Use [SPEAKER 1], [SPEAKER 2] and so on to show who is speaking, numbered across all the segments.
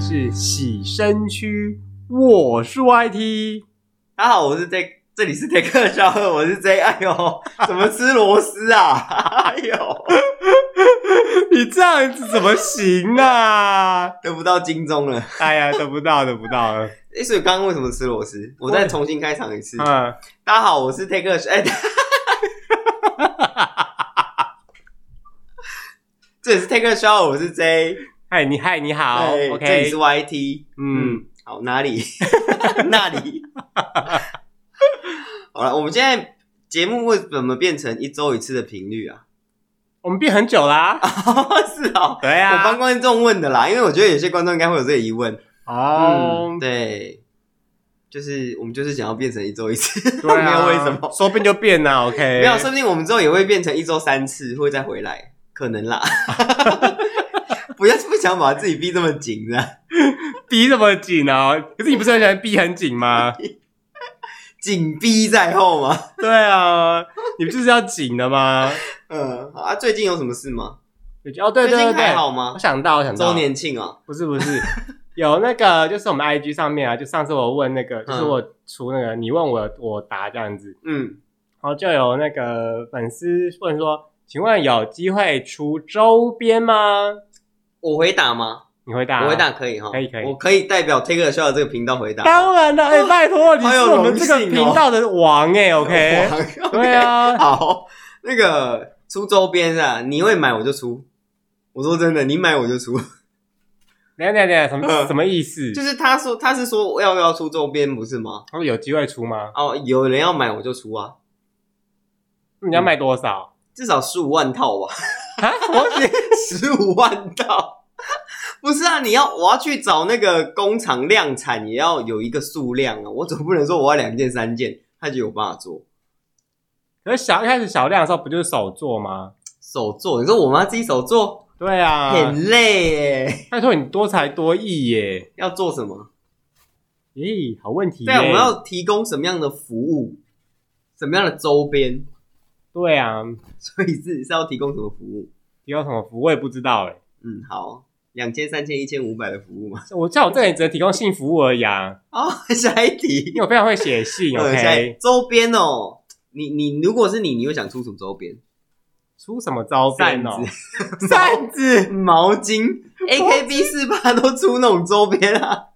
[SPEAKER 1] 是洗身躯，我是 YT。
[SPEAKER 2] 大家好，我是 J，这里是 J 克肖二，我是 J。哎呦，怎么吃螺丝啊？ 哎呦，
[SPEAKER 1] 你这样子怎么行啊？
[SPEAKER 2] 得不到金钟了。
[SPEAKER 1] 哎呀，得不到，得不到 了。
[SPEAKER 2] 哎，所以刚刚为什么吃螺丝？我再重新开场一次。
[SPEAKER 1] 嗯，
[SPEAKER 2] 大家好，我是 J 克肖。哎， 这里是 J 克肖，我是 J。
[SPEAKER 1] 嗨，你嗨，你好
[SPEAKER 2] 哎这里
[SPEAKER 1] ，OK
[SPEAKER 2] 是。YT。
[SPEAKER 1] 嗯
[SPEAKER 2] 嗯，好，哪里？ 那里？ 好了，我们现在节目会怎么变成一周一次的频率啊？
[SPEAKER 1] 我们变很久啦、
[SPEAKER 2] 是哦，
[SPEAKER 1] 对
[SPEAKER 2] 我帮
[SPEAKER 1] 啊。
[SPEAKER 2] 观众问的啦，因为我觉得有些观众应该会有这个疑问。
[SPEAKER 1] 哦
[SPEAKER 2] 嗯，对，就是我们就是想要变成一周一次，
[SPEAKER 1] 对啊
[SPEAKER 2] 没有为什么，
[SPEAKER 1] 说变就变啊呐、o k
[SPEAKER 2] 没有，说不定我们之后也会变成一周三次，会再回来，可能啦。 不要不想把自己逼这么紧啊，
[SPEAKER 1] 逼这么紧哦。可是你不是很喜欢逼很紧 吗？
[SPEAKER 2] 紧逼在后嘛。
[SPEAKER 1] 对啊，你不就是要紧的 吗？
[SPEAKER 2] 嗯，好啊，最近有什么事吗？
[SPEAKER 1] 哦，对对
[SPEAKER 2] 最
[SPEAKER 1] 对
[SPEAKER 2] 近还
[SPEAKER 1] 对，
[SPEAKER 2] 好吗
[SPEAKER 1] 我？想到，我想到，
[SPEAKER 2] 周年庆哦，
[SPEAKER 1] 不是不是， 有那个就是我们 IG 上面啊，就上次我问那个，就是我出那个你问我我答这样子，
[SPEAKER 2] 嗯，
[SPEAKER 1] 然后就有那个粉丝问说，请问有机会出周边吗？
[SPEAKER 2] 我回答吗？
[SPEAKER 1] 你回答，
[SPEAKER 2] 我回，答可以哈，
[SPEAKER 1] 啊可以可以
[SPEAKER 2] 我可以代表 Take a Show 的这个频道回答。
[SPEAKER 1] 当然
[SPEAKER 2] 哦
[SPEAKER 1] 了，哎、拜托，你
[SPEAKER 2] 好
[SPEAKER 1] 是
[SPEAKER 2] 有
[SPEAKER 1] 我们
[SPEAKER 2] 荣
[SPEAKER 1] 这个
[SPEAKER 2] 幸哦，
[SPEAKER 1] 频道的王哎、o k 对啊
[SPEAKER 2] 好，那个出周边啊，你会买我就出。我说真的，你买我就出。
[SPEAKER 1] 等一下等一下等一下，什么、
[SPEAKER 2] 嗯
[SPEAKER 1] 什么意思？
[SPEAKER 2] 就
[SPEAKER 1] 就是
[SPEAKER 2] 他说他是说我要不要出周边不是吗？
[SPEAKER 1] 他说有机会出吗？
[SPEAKER 2] 哦，有人要买我就出啊，
[SPEAKER 1] 你要卖多少？
[SPEAKER 2] 至少十五万套吧，
[SPEAKER 1] 啊，什么意思？
[SPEAKER 2] 十五万套。不是啊，你要我要去找那个工厂量产，也要有一个数量啊。我总不能说我要两件三件，他就有办法做
[SPEAKER 1] 可是小一开始小量的时候不就是手做吗？
[SPEAKER 2] 手做。你说我们要自己手做，
[SPEAKER 1] 对啊，
[SPEAKER 2] 很累耶。
[SPEAKER 1] 拜托你多才多艺耶、
[SPEAKER 2] 要做什么？
[SPEAKER 1] 咦，好问题耶、
[SPEAKER 2] 对啊，我们要提供什么样的服务，什么样的周边？
[SPEAKER 1] 对啊，
[SPEAKER 2] 所以是是要提供什么服务？
[SPEAKER 1] 提供什么服务我也不知道哎、
[SPEAKER 2] 嗯，好，两千、三千、一千五百的服务嘛。
[SPEAKER 1] 我在我这里只能提供性服务而已啊，
[SPEAKER 2] 哦，下一题
[SPEAKER 1] 因为，我非常会写 信。
[SPEAKER 2] 嗯下一
[SPEAKER 1] OK，
[SPEAKER 2] 周边哦。你你如果是你，你会想出什么周边？
[SPEAKER 1] 出什么招
[SPEAKER 2] 扇
[SPEAKER 1] 边
[SPEAKER 2] 子
[SPEAKER 1] 哦？、
[SPEAKER 2] 扇子、毛巾、AKB 四八都出那种周边啊。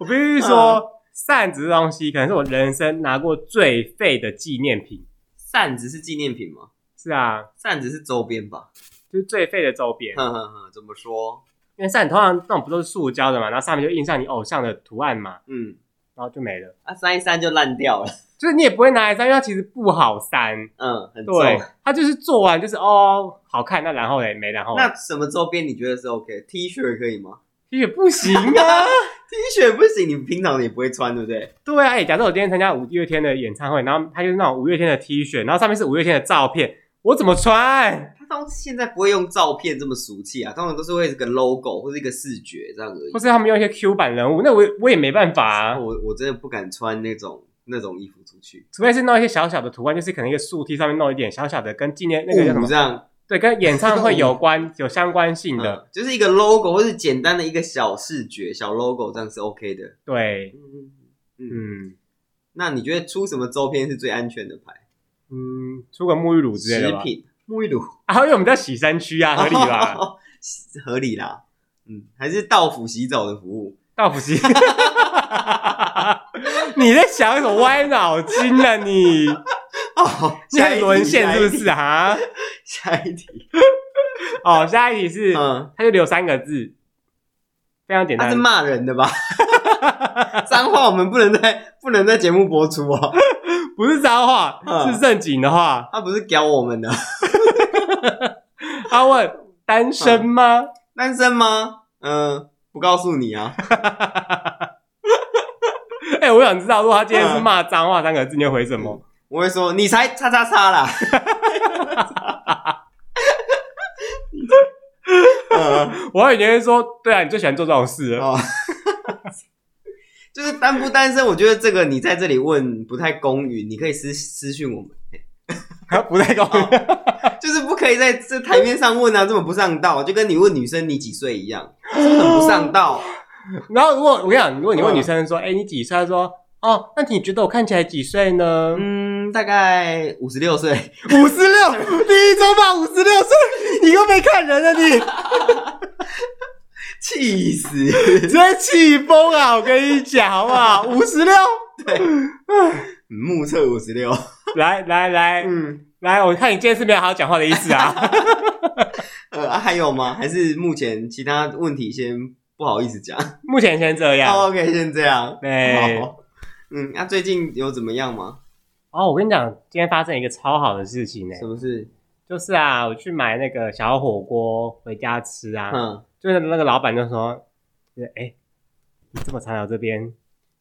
[SPEAKER 1] 我必须说，扇子这东西可能是我人生拿过最废的纪念品。
[SPEAKER 2] 扇子是纪念品吗？
[SPEAKER 1] 是啊，
[SPEAKER 2] 扇子是周边吧？
[SPEAKER 1] 就是最废的周边，
[SPEAKER 2] 哼哼哼，怎么说？
[SPEAKER 1] 因为扇子通常那种不都是塑胶的嘛，然后上面就印上你哦偶像的图案嘛，
[SPEAKER 2] 嗯，
[SPEAKER 1] 然后就没了。
[SPEAKER 2] 啊，扇一扇就烂掉了。
[SPEAKER 1] 就是你也不会拿来扇，因为它其实不好扇。
[SPEAKER 2] 嗯，很重。
[SPEAKER 1] 对，它就是做完就是哦好看，那然后嘞没然后了。
[SPEAKER 2] 那什么周边你觉得是 OK？T 恤可以吗
[SPEAKER 1] 也不行啊。
[SPEAKER 2] ？T 恤不行，你平常也不会穿，对不对？
[SPEAKER 1] 对啊，哎、假设我今天参加五月天的演唱会，然后他就是那种五月天的 T 恤，然后上面是五月天的照片，我怎么穿？
[SPEAKER 2] 他到现在不会用照片这么俗气啊，通常都是会一个 logo 或是一个视觉这样而已
[SPEAKER 1] 或。是他们用一些 Q 版人物，那我也我也没办法、啊，
[SPEAKER 2] 我我真的不敢穿那种那种衣服出去，
[SPEAKER 1] 除非是弄一些小小的图案，就是可能一个树梯上面弄一点小小的，跟纪念那个叫什
[SPEAKER 2] 雾
[SPEAKER 1] 么
[SPEAKER 2] 这？样
[SPEAKER 1] 对，跟演唱 会有关，有相关性的。
[SPEAKER 2] 嗯，就是一个 logo 或是简单的一个小视觉、小 logo 这样是 OK 的。
[SPEAKER 1] 对，
[SPEAKER 2] 嗯，
[SPEAKER 1] 嗯
[SPEAKER 2] 那你觉得出什么周边是最安全的牌？
[SPEAKER 1] 嗯，出个沐浴乳之类
[SPEAKER 2] 食
[SPEAKER 1] 的吧。
[SPEAKER 2] 品、沐浴乳，？
[SPEAKER 1] 啊，因为我们叫洗身区啊，合理吧？
[SPEAKER 2] 合理啦。嗯，还是到府洗澡的服务，
[SPEAKER 1] 道夫西， 你在想什么歪脑筋啊 你？
[SPEAKER 2] 哦，
[SPEAKER 1] 你
[SPEAKER 2] 下一
[SPEAKER 1] 很
[SPEAKER 2] 题
[SPEAKER 1] 沦陷是不是？啊？
[SPEAKER 2] 下一题，
[SPEAKER 1] 哦，下一题是，
[SPEAKER 2] 嗯，啊
[SPEAKER 1] 他就留三个字，非常简
[SPEAKER 2] 他
[SPEAKER 1] 单
[SPEAKER 2] 是。骂人的吧？ 脏话我们不能在不能在节目播出哦，
[SPEAKER 1] 不是脏话，
[SPEAKER 2] 嗯
[SPEAKER 1] 是正经的话。
[SPEAKER 2] 他不是屌我们的，
[SPEAKER 1] 他问单
[SPEAKER 2] 嗯
[SPEAKER 1] 身吗？
[SPEAKER 2] 单身吗？嗯，不告诉你啊，
[SPEAKER 1] 哎、我想知道，如果他今天
[SPEAKER 2] 嗯
[SPEAKER 1] 是骂脏话三个字，你会回什么？
[SPEAKER 2] 我会说你才叉叉叉啦。 嗯，
[SPEAKER 1] 我会觉得说，对啊，你最喜欢做这种事 了。
[SPEAKER 2] 哦，就是单不单身，我觉得这个你在这里问不太公允，你可以私私讯我们，
[SPEAKER 1] 不太高、
[SPEAKER 2] 哦就是不可以在这台面上问啊，这么不上道，就跟你问女生你几岁一样，是不是很不上道？
[SPEAKER 1] 然后如果我跟你讲，如果你问
[SPEAKER 2] 嗯
[SPEAKER 1] 女生说，哎、你几岁？她说，哦，那你觉得我看起来几岁呢？
[SPEAKER 2] 嗯，大概五十六岁，
[SPEAKER 1] 五十六，第一周吧，五十六岁，你又没看人了你。
[SPEAKER 2] 气死！
[SPEAKER 1] 直接气疯啊！我跟你讲，好不好？五十六，
[SPEAKER 2] 嗯目测五十六，
[SPEAKER 1] 来来来、
[SPEAKER 2] 嗯，
[SPEAKER 1] 来，我看你今天是没有好好讲话的意思 啊。
[SPEAKER 2] 呃、啊还有吗？还是目前其他问题先不好意思讲、
[SPEAKER 1] 目前先这样。
[SPEAKER 2] o k 先这样。
[SPEAKER 1] 对
[SPEAKER 2] 好，嗯，那、最近有怎么样吗？
[SPEAKER 1] 哦，我跟你讲，今天发生一个超好的事情呢、
[SPEAKER 2] 什么事？
[SPEAKER 1] 就是啊，我去买那个小火锅回家吃啊，
[SPEAKER 2] 嗯，
[SPEAKER 1] 就是那个老板就说，就是哎、你这么常聊这边，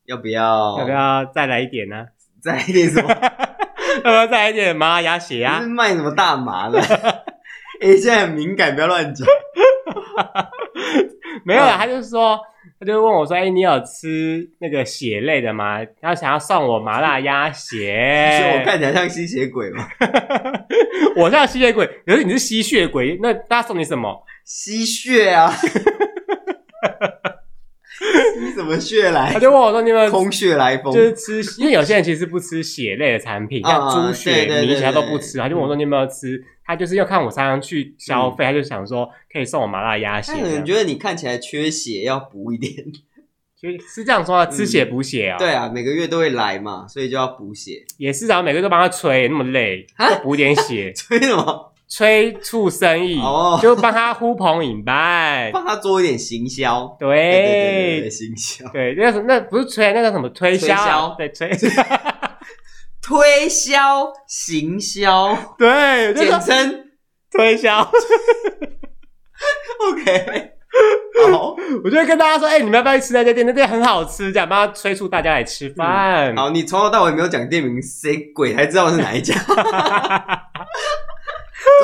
[SPEAKER 2] 要不要？
[SPEAKER 1] 要不要再来一点呢、
[SPEAKER 2] 再来一点什 么？
[SPEAKER 1] 要不要再来一点麻辣鸭血
[SPEAKER 2] 你
[SPEAKER 1] 啊
[SPEAKER 2] 是？卖什么大 麻的？哎、现在很敏感，不要乱讲。
[SPEAKER 1] 没有啦，
[SPEAKER 2] 嗯
[SPEAKER 1] 他就说，他就问我说：“哎、你有吃那个血类的吗？他想要送我麻辣鸭
[SPEAKER 2] 所以 我
[SPEAKER 1] 血。
[SPEAKER 2] 看起来像吸血鬼吗？
[SPEAKER 1] 我像吸血鬼，可是你是吸血鬼，那他送你什么？
[SPEAKER 2] 吸血啊！ 吸什么血
[SPEAKER 1] 他
[SPEAKER 2] 来？
[SPEAKER 1] 啊就问我说：你们
[SPEAKER 2] 空穴来风
[SPEAKER 1] 就。是吃，因为有些人其实不吃血类的产品，
[SPEAKER 2] 啊
[SPEAKER 1] 像猪血、
[SPEAKER 2] 对对对
[SPEAKER 1] 米血他都
[SPEAKER 2] 对
[SPEAKER 1] 不吃。他就问我说：你有没有吃？他就是要看我常常去消费，他就想说可以送我麻辣鸭血
[SPEAKER 2] 他可
[SPEAKER 1] 这
[SPEAKER 2] 能
[SPEAKER 1] 样。
[SPEAKER 2] 觉嗯得你看起来缺血，要补一点。
[SPEAKER 1] 就是是这样说啊，吃血补血啊、
[SPEAKER 2] 对，啊，每个月都会来嘛，所以就要补血。
[SPEAKER 1] 也是啊，每个都帮他吹，那么累，
[SPEAKER 2] 啊
[SPEAKER 1] 要补点血。”
[SPEAKER 2] 所以什么？
[SPEAKER 1] 催促生意，
[SPEAKER 2] 哦
[SPEAKER 1] 就帮他呼朋引伴。
[SPEAKER 2] 帮他做一点行销。 对对对对对，
[SPEAKER 1] 对
[SPEAKER 2] 行销
[SPEAKER 1] 对，那个什么那不是催，那个什么推销
[SPEAKER 2] 推
[SPEAKER 1] 啊
[SPEAKER 2] 销，
[SPEAKER 1] 对推，
[SPEAKER 2] 推销行销，
[SPEAKER 1] 对， 就是
[SPEAKER 2] 简称
[SPEAKER 1] 推销。
[SPEAKER 2] OK。好，
[SPEAKER 1] 我就会跟大家说，哎，你们要不要去吃那家店？那家店很好吃，这样帮他催促大家来吃饭。
[SPEAKER 2] 嗯好，你从头到尾没有讲店名，谁鬼还知道是哪一家？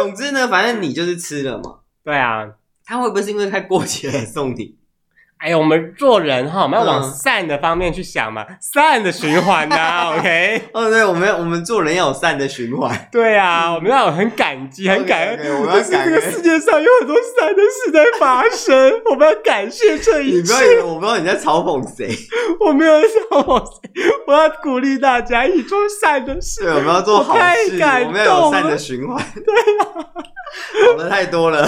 [SPEAKER 2] 总之呢，反正你就是吃了嘛。
[SPEAKER 1] 对啊，
[SPEAKER 2] 他会不会是因为太过节才送你？
[SPEAKER 1] 哎呀，我们做人哈，我们要往
[SPEAKER 2] 嗯
[SPEAKER 1] 善的方面去想嘛，善的循环呐，OK？
[SPEAKER 2] 哦，对，我们我们做人要有善的循环。
[SPEAKER 1] 对啊，我们要有很感激，很感恩。
[SPEAKER 2] OK，OK，我们要
[SPEAKER 1] 就是这
[SPEAKER 2] 感
[SPEAKER 1] 个
[SPEAKER 2] 恩
[SPEAKER 1] 世界上有很多善的事在发生，我们要感谢这一切。
[SPEAKER 2] 你不要以为我不知道你在嘲讽 谁，
[SPEAKER 1] 我没有想我，我要鼓励大家以做善的
[SPEAKER 2] 对，
[SPEAKER 1] 事。
[SPEAKER 2] 我们要做好
[SPEAKER 1] 我太
[SPEAKER 2] 事，
[SPEAKER 1] 感
[SPEAKER 2] 我们要有
[SPEAKER 1] 动
[SPEAKER 2] 善
[SPEAKER 1] 了
[SPEAKER 2] 的循环。对啊，好的太多了。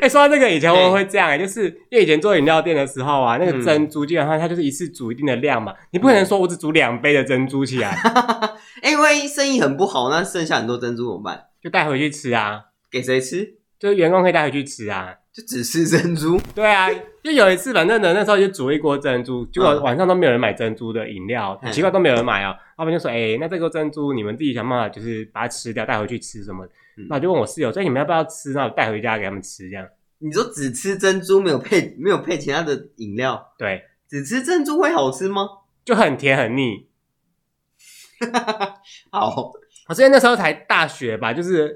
[SPEAKER 1] 哎、说到这个，以前我会这样、哎，就是因为以前做饮料店的时候啊，那个
[SPEAKER 2] 嗯
[SPEAKER 1] 珍珠基本上它就是一次煮一定的量嘛，你不可能说我只煮两杯的珍珠起来
[SPEAKER 2] 哎、万一生意很不好，那剩下很多珍珠怎么办？
[SPEAKER 1] 就带回去吃啊，
[SPEAKER 2] 给谁吃？
[SPEAKER 1] 就是员工可以带回去吃啊。
[SPEAKER 2] 就只吃珍珠。
[SPEAKER 1] 对啊，就有一次，反正呢，那时候就煮了一锅珍珠，结果
[SPEAKER 2] 嗯
[SPEAKER 1] 晚上都没有人买珍珠的饮料，很奇怪都没有人买哦。他们就说：“哎、那这个珍珠你们自己想办法，就是把它吃掉，带回去吃什么的。
[SPEAKER 2] 嗯
[SPEAKER 1] 那我就问我室友：“所以哎你们要不要吃？那我带回家给他们吃，这样
[SPEAKER 2] 你说只吃珍珠，没有配没有配其他的饮料，
[SPEAKER 1] 对，
[SPEAKER 2] 只吃珍珠会好吃吗？
[SPEAKER 1] 就很甜很腻。”
[SPEAKER 2] 好，
[SPEAKER 1] 我之前那时候才大学吧，就是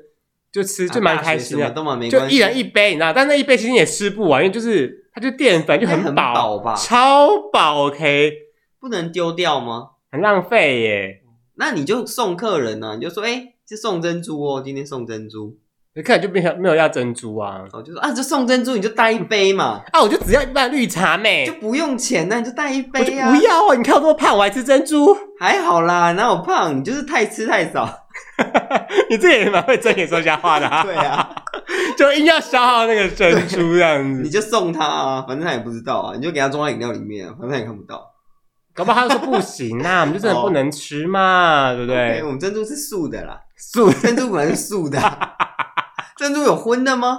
[SPEAKER 1] 就吃就蛮开心
[SPEAKER 2] 啊大学什么
[SPEAKER 1] 的，
[SPEAKER 2] 都嘛没
[SPEAKER 1] 就
[SPEAKER 2] 关系，
[SPEAKER 1] 一人一杯，你知道，但那一杯其实也吃不完，因为就是它就淀粉就
[SPEAKER 2] 应该
[SPEAKER 1] 很
[SPEAKER 2] 哎很
[SPEAKER 1] 饱，
[SPEAKER 2] 饱吧
[SPEAKER 1] 超饱，OK，
[SPEAKER 2] 不能丢掉吗？
[SPEAKER 1] 很浪费耶。
[SPEAKER 2] 那你就送客人呢、啊，你就说哎、是送珍珠哦，今天送珍珠，
[SPEAKER 1] 那客人就没有没有要珍珠啊，
[SPEAKER 2] 哦，就说啊，就送珍珠，你就带一杯嘛，
[SPEAKER 1] 啊，我就只要一半绿茶妹
[SPEAKER 2] 就，不用钱那、你就带一
[SPEAKER 1] 我就
[SPEAKER 2] 杯啊，
[SPEAKER 1] 不要啊！你看我这么胖，我还吃珍珠，
[SPEAKER 2] 还好啦，哪有胖，你就是太吃太少，
[SPEAKER 1] 你这个也蛮会睁眼说瞎话的啊，
[SPEAKER 2] 对啊，
[SPEAKER 1] 就硬要消耗那个珍珠这样
[SPEAKER 2] 你
[SPEAKER 1] 子。
[SPEAKER 2] 就送他啊，反正他也不知道啊，你就给他装在饮料里面、啊，反正他也看不到，
[SPEAKER 1] 搞不好他就说不行啊，我们就真的不能吃嘛，对不
[SPEAKER 2] 哦 OK，
[SPEAKER 1] 对
[SPEAKER 2] 我？们珍珠是素的啦，
[SPEAKER 1] 素
[SPEAKER 2] 珍珠本来 是素的啊、珍珠有荤的吗？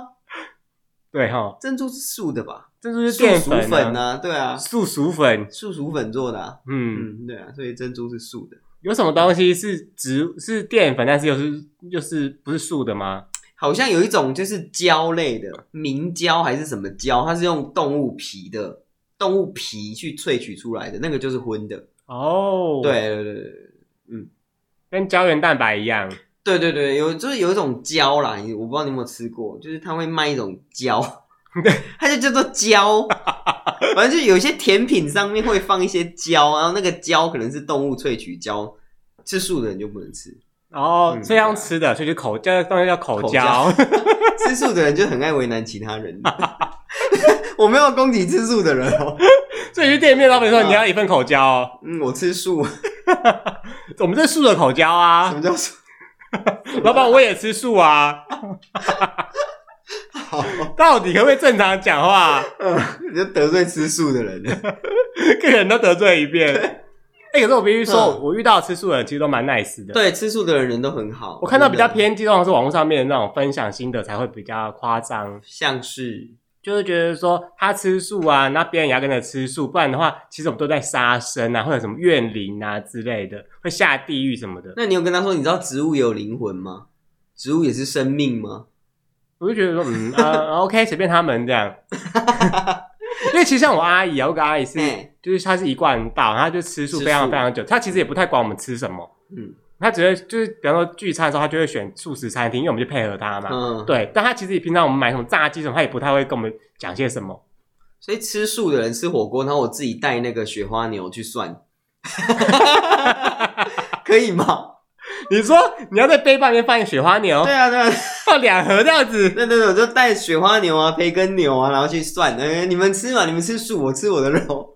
[SPEAKER 1] 对哈，
[SPEAKER 2] 珍珠是素的吧？
[SPEAKER 1] 珍珠是
[SPEAKER 2] 素
[SPEAKER 1] 淀
[SPEAKER 2] 薯粉
[SPEAKER 1] 粉啊，
[SPEAKER 2] 啊，对啊，
[SPEAKER 1] 素薯粉，
[SPEAKER 2] 素薯粉做的、啊，
[SPEAKER 1] 嗯，
[SPEAKER 2] 嗯，对啊，所以珍珠是素的。
[SPEAKER 1] 有什么东西是植是淀粉，但是又是又是不是素的吗？
[SPEAKER 2] 好像有一种就是胶类的明胶还是什么胶，它是用动物皮的动物皮去萃取出来的，那个就是荤的。
[SPEAKER 1] 哦，，
[SPEAKER 2] 对对对对
[SPEAKER 1] 跟胶原蛋白一样，
[SPEAKER 2] 对对对，有就是有一种胶啦，你我不知道你有没有吃过，就是它会卖一种 胶，它就叫做胶。反正就有一些甜品上面会放一些胶，然后那个胶可能是动物萃取胶，吃素的人就不能吃，
[SPEAKER 1] 哦，
[SPEAKER 2] 嗯
[SPEAKER 1] 所以要用吃的，所以就口叫东西叫口
[SPEAKER 2] 口
[SPEAKER 1] 胶，
[SPEAKER 2] 吃素的人就很爱为难其他人。我没有攻击吃素的人哦，
[SPEAKER 1] 所以去店里面老板说你要一份口胶、 哦，
[SPEAKER 2] 嗯，我吃素，
[SPEAKER 1] 我们这素的口胶
[SPEAKER 2] 什
[SPEAKER 1] 啊
[SPEAKER 2] 么，叫素？
[SPEAKER 1] 老板我也吃素啊，
[SPEAKER 2] 好，
[SPEAKER 1] 到底可不可以正常讲 话？
[SPEAKER 2] 嗯，你就得罪吃素的 人了。
[SPEAKER 1] 个人都得罪一遍。哎、可是我必须说，
[SPEAKER 2] 嗯
[SPEAKER 1] 我遇到吃素的人其实都蛮 nice 的。
[SPEAKER 2] 对，吃素的人人都很好。
[SPEAKER 1] 我看到比较
[SPEAKER 2] 真的
[SPEAKER 1] 偏激动是网络上面的那种分享心得才会比较夸张，
[SPEAKER 2] 像是
[SPEAKER 1] 就是觉得说他吃素啊，那别人也要跟着吃素，不然的话，其实我们都在杀生啊，或者什么怨灵啊之类的，会下地狱什么的。
[SPEAKER 2] 那你有跟他说，你知道植物有灵魂吗？植物也是生命吗？
[SPEAKER 1] 我就觉得说，嗯啊，OK，随便他们这样。 因为其实像我阿姨啊，我有个阿姨是，
[SPEAKER 2] 哎
[SPEAKER 1] 就是她是一贯道，她就吃素
[SPEAKER 2] 吃
[SPEAKER 1] 非常
[SPEAKER 2] 素
[SPEAKER 1] 非常久，她其实也不太管我们吃什么，
[SPEAKER 2] 嗯
[SPEAKER 1] 她只会就是比方说聚餐的时候，她就会选素食餐厅，因为我们就配合她嘛。
[SPEAKER 2] 嗯，
[SPEAKER 1] 对，但她其实平常我们买什么炸鸡什么，她也不太会跟我们讲些什么。
[SPEAKER 2] 所以吃素的人吃火锅，然后我自己带那个雪花牛去算， 可以吗？
[SPEAKER 1] 你说你要在杯半边放雪花牛
[SPEAKER 2] 对，啊， 对啊，
[SPEAKER 1] 放两盒这样子，
[SPEAKER 2] 对对对，我就带雪花牛啊、培根牛啊，然后去算，哎，你们吃嘛，你们吃素，我吃我的肉，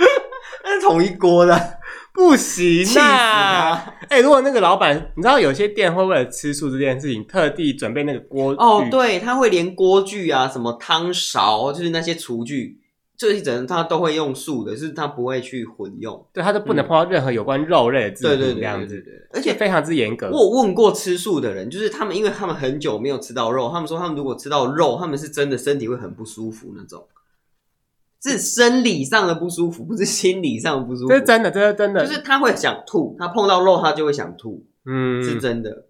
[SPEAKER 2] 那是同一锅的，
[SPEAKER 1] 不行
[SPEAKER 2] 气死
[SPEAKER 1] 啊！
[SPEAKER 2] 他！
[SPEAKER 1] 哎、如果那个老板，你知道有些店会为了吃素这件事情，特地准备那个锅
[SPEAKER 2] 哦
[SPEAKER 1] 具，
[SPEAKER 2] 对，他会连锅具啊、什么汤勺，就是那些厨具，这一整他都会用素的，就是他不会去混用。
[SPEAKER 1] 对，他都不能碰到任何有关肉类的制
[SPEAKER 2] 嗯对
[SPEAKER 1] 品，
[SPEAKER 2] 对
[SPEAKER 1] 这
[SPEAKER 2] 对
[SPEAKER 1] 样
[SPEAKER 2] 对
[SPEAKER 1] 子
[SPEAKER 2] 对，对，
[SPEAKER 1] 而
[SPEAKER 2] 而
[SPEAKER 1] 且
[SPEAKER 2] 且
[SPEAKER 1] 非常之严格。
[SPEAKER 2] 我有问过吃素的人，就是他们，因为他们很久没有吃到肉，他们说他们如果吃到肉，他们是真的身体会很不舒服那种，是生理上的不舒服，不是心理上的不舒服。
[SPEAKER 1] 这是真的，这是真的，
[SPEAKER 2] 就是他会想吐，他碰到肉他就会想吐，是
[SPEAKER 1] 嗯，
[SPEAKER 2] 真的。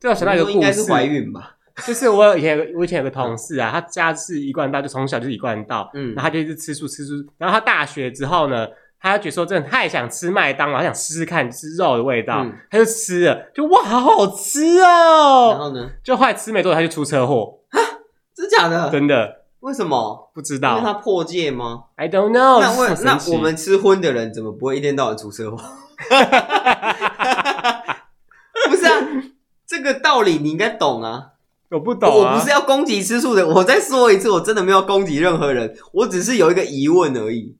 [SPEAKER 1] 这我想到一个
[SPEAKER 2] 我应
[SPEAKER 1] 故
[SPEAKER 2] 该是
[SPEAKER 1] 事，
[SPEAKER 2] 怀孕吧？
[SPEAKER 1] 就是我有以前有个我以前有个同事啊，他家是一贯道，就从小就是一贯道，
[SPEAKER 2] 嗯
[SPEAKER 1] 然后他就一直吃素吃素，然后他大学之后呢，他觉得说真的太想吃麦当劳，他想试试看吃肉的味道，
[SPEAKER 2] 嗯
[SPEAKER 1] 他就吃了，就哇，好好吃
[SPEAKER 2] 然
[SPEAKER 1] 哦！
[SPEAKER 2] 后呢？
[SPEAKER 1] 就后来吃没多久他就出车祸，
[SPEAKER 2] 真假的？
[SPEAKER 1] 真的
[SPEAKER 2] 为什么？
[SPEAKER 1] 不知
[SPEAKER 2] 因为
[SPEAKER 1] 道
[SPEAKER 2] 他破戒吗？
[SPEAKER 1] ，I don't know，
[SPEAKER 2] 那
[SPEAKER 1] 这是什
[SPEAKER 2] 为
[SPEAKER 1] 么神
[SPEAKER 2] 那
[SPEAKER 1] 奇
[SPEAKER 2] 我们吃荤的人怎么不会一天到晚出车祸？ 不是啊，这个道理你应该懂啊。
[SPEAKER 1] 我不懂、啊，
[SPEAKER 2] 我不是要攻击吃素的，我再说一次，我真的没有攻击任何人，我只是有一个疑问而已。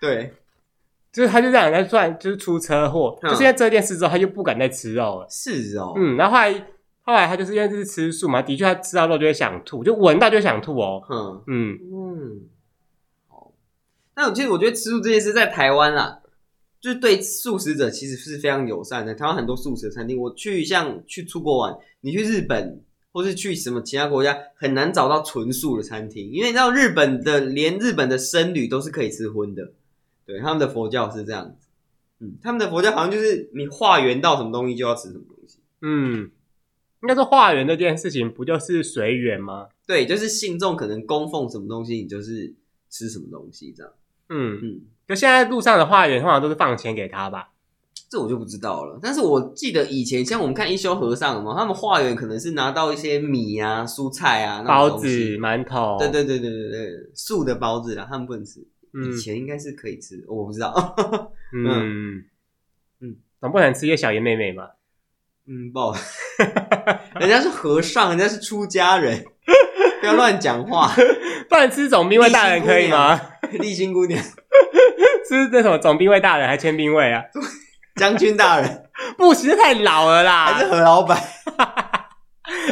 [SPEAKER 2] 对，
[SPEAKER 1] 就是他就让人家算就是出车祸，
[SPEAKER 2] 嗯
[SPEAKER 1] 就是因为这件事之后，他就不敢再吃肉了。
[SPEAKER 2] 是哦，
[SPEAKER 1] 嗯，然后后来后来他就是因为这是吃素嘛，的确他吃到肉就会想吐，就闻到就想吐哦。
[SPEAKER 2] 嗯
[SPEAKER 1] 嗯，
[SPEAKER 2] 嗯，好。那我其实我觉得吃素这件事在台湾啦，就是对素食者其实是非常友善的。台湾很多素食的餐厅，我去像去出国玩，你去日本或是去什么其他国家，很难找到纯素的餐厅，因为你知道日本的连日本的僧侣都是可以吃荤的，对，他们的佛教是这样子。嗯，他们的佛教好像就是你化缘到什么东西就要吃什么东西，
[SPEAKER 1] 嗯，应该说化缘这件事情不就是随缘吗？
[SPEAKER 2] 对，就是信众可能供奉什么东西，你就是吃什么东西这样。
[SPEAKER 1] 嗯，
[SPEAKER 2] 嗯，
[SPEAKER 1] 可现在路上的化缘通常都是放钱给他吧？
[SPEAKER 2] 这我就不知道了。但是我记得以前像我们看一休和尚嘛，他们化缘可能是拿到一些米啊、蔬菜啊、那
[SPEAKER 1] 包
[SPEAKER 2] 种东
[SPEAKER 1] 子
[SPEAKER 2] 西、
[SPEAKER 1] 馒头，
[SPEAKER 2] 对，对对对对对，素的包子啦，他们不能吃。
[SPEAKER 1] 嗯
[SPEAKER 2] 以前应该是可以吃，我不知道。
[SPEAKER 1] 嗯
[SPEAKER 2] 嗯
[SPEAKER 1] 总不能吃一些小爷妹妹嘛？
[SPEAKER 2] 嗯，不好意思， 人家是和尚，人家是出家人，不要乱讲话。
[SPEAKER 1] 不然吃总兵卫大人可以吗？
[SPEAKER 2] 立新姑娘、
[SPEAKER 1] 吃那什么总兵卫大人还千兵卫啊？
[SPEAKER 2] 将军大人
[SPEAKER 1] 不行，这太老了啦！
[SPEAKER 2] 还是何老板，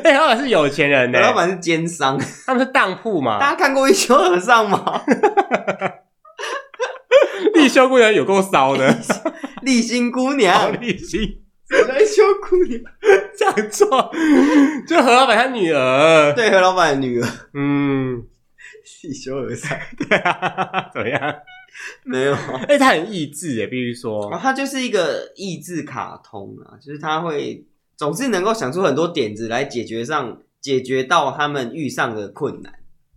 [SPEAKER 1] 哎、欸，老板是有钱人呢、
[SPEAKER 2] 何老板是奸商。
[SPEAKER 1] 他们是当铺
[SPEAKER 2] 大
[SPEAKER 1] 嘛，
[SPEAKER 2] 家看过一休和尚吗？
[SPEAKER 1] 立修姑娘有够骚 的，
[SPEAKER 2] 立新姑
[SPEAKER 1] 好
[SPEAKER 2] 娘，
[SPEAKER 1] 立心
[SPEAKER 2] 哦一休姑娘，
[SPEAKER 1] 讲错，就何老板他女儿，
[SPEAKER 2] 对，何老板的女儿
[SPEAKER 1] 嗯，
[SPEAKER 2] 一休和尚。
[SPEAKER 1] 对啊，怎么样？
[SPEAKER 2] 没有，
[SPEAKER 1] 哎、欸，他很益智耶，必须
[SPEAKER 2] 哦
[SPEAKER 1] 说，
[SPEAKER 2] 它就是一个益智卡通啊，就是它会总是能够想出很多点子来解决上解决到他们遇上的困难，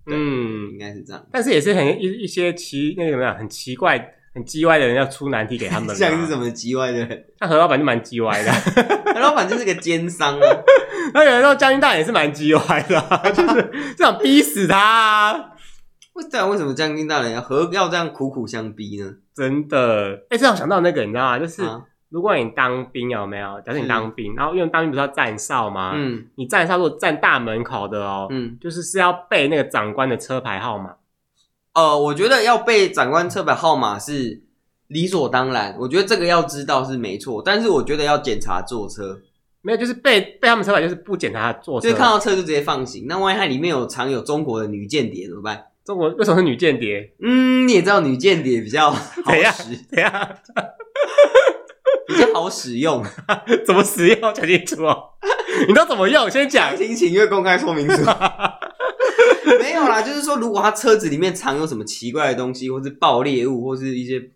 [SPEAKER 1] 嗯，
[SPEAKER 2] 应该是这样。
[SPEAKER 1] 但是也是很一一些奇那个怎么样，很奇怪、很叽歪的人要出难题给他们嘛，啊
[SPEAKER 2] 像是什么叽歪的人，
[SPEAKER 1] 那何老板就蛮叽歪的，
[SPEAKER 2] 那老板就是个奸商啊！
[SPEAKER 1] 那有人说将军大人也是蛮叽歪的啊、就是 就想逼死他、啊，
[SPEAKER 2] 不知道为什么将军大人要何要这样苦苦相逼呢？
[SPEAKER 1] 真的，哎、欸，这让我想到那个，你知道吗？就是。
[SPEAKER 2] 啊，
[SPEAKER 1] 如果你当兵啊有没有？假设你当兵，然后因为当兵不是要站哨吗？
[SPEAKER 2] 嗯
[SPEAKER 1] 你站哨如果站大门口的哦，
[SPEAKER 2] 嗯，
[SPEAKER 1] 就是是要背那个长官的车牌号码。
[SPEAKER 2] 呃，我觉得要被长官车牌号码是理所当然，我觉得这个要知道是没错，但是我觉得要检查坐车，
[SPEAKER 1] 没有，就是被被他们车牌就是不检查他坐
[SPEAKER 2] 就
[SPEAKER 1] 车
[SPEAKER 2] 是。看到车就直接放行。那万一它里面有藏有中国的女间谍怎么办？
[SPEAKER 1] 中国为什么是女间谍？
[SPEAKER 2] 嗯，你也知道女间谍比较好
[SPEAKER 1] 怎样
[SPEAKER 2] 使，
[SPEAKER 1] 对啊呀，
[SPEAKER 2] 比较好使 用，
[SPEAKER 1] 怎么使用？讲清楚哦。 你都怎么用？先讲
[SPEAKER 2] 详。啊情请阅公开说明书。没有啦，就是说，如果他车子里面藏有什么奇怪的东西，或是爆裂物，或是一些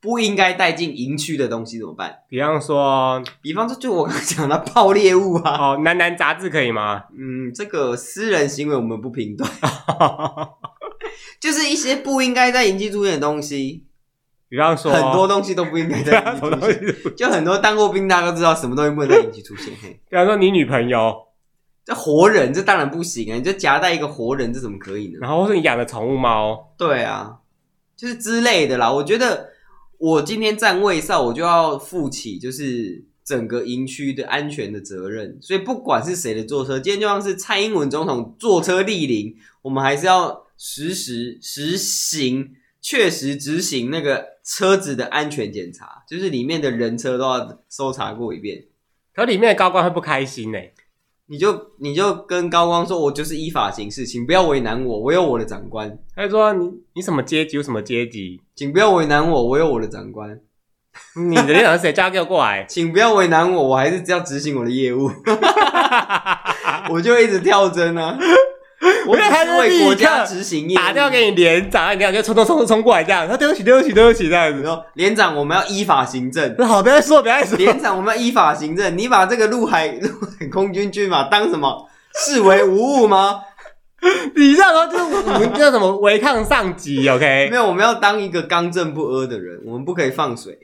[SPEAKER 2] 不应该带进营区的东西怎么办？
[SPEAKER 1] 比方说，
[SPEAKER 2] 比方说，就我刚刚讲的爆裂物啊，
[SPEAKER 1] 哦，男男杂志可以 吗？
[SPEAKER 2] 嗯，这个私人行为我们不评断， 就是一些不应该在营区出现的东西，
[SPEAKER 1] 比方说，
[SPEAKER 2] 很多东西都不应该
[SPEAKER 1] 啊 对
[SPEAKER 2] 在
[SPEAKER 1] 啊，
[SPEAKER 2] 营
[SPEAKER 1] 什
[SPEAKER 2] 区
[SPEAKER 1] 么
[SPEAKER 2] 出
[SPEAKER 1] 东西
[SPEAKER 2] 现。？就很多当过兵大家都知道，什么东西不能在营区出现。嘿，
[SPEAKER 1] 比方说你女朋友，
[SPEAKER 2] 这活人这当然不行啊！你就夹带一个活人，这怎么可以呢？
[SPEAKER 1] 然后是你养的宠物猫，
[SPEAKER 2] 对啊，就是之类的啦。我觉得我今天站卫哨，我就要负起就是整个营区的安全的责任。所以不管是谁的坐车，今天就算是蔡英文总统坐车莅临，我们还是要实时实行。确实执行那个车子的安全检查，就是里面的人车都要搜查过一遍。
[SPEAKER 1] 可里面的高官会不开心呢、
[SPEAKER 2] 你就你就跟高光说，我就是依法行事，请不要为难我，我有我的长官，
[SPEAKER 1] 他就说你你什么阶级？有什么阶级？
[SPEAKER 2] 请不要为难我，我有我的长官，。
[SPEAKER 1] 你的领导是谁？叫他给我过 来
[SPEAKER 2] 请不要为难我，我还是只要执行我的业务， 我就一直跳针啊，我只是为国家执行业务。
[SPEAKER 1] 打电话给你连长，你连长就冲冲冲冲冲过来这样。他对不起，对不起，对不起这样
[SPEAKER 2] 你
[SPEAKER 1] 子。
[SPEAKER 2] 说，连长，我们要依法行 政。
[SPEAKER 1] 说好，不要再说，不要再说。
[SPEAKER 2] 连长，我们要依法行政。你把这个陆海 陆海空军军法当什么？视为无物吗？
[SPEAKER 1] 你这样说就是我们叫什么违抗上级？OK？
[SPEAKER 2] 没有，我们要当一个刚正不阿的人，我们不可以放水。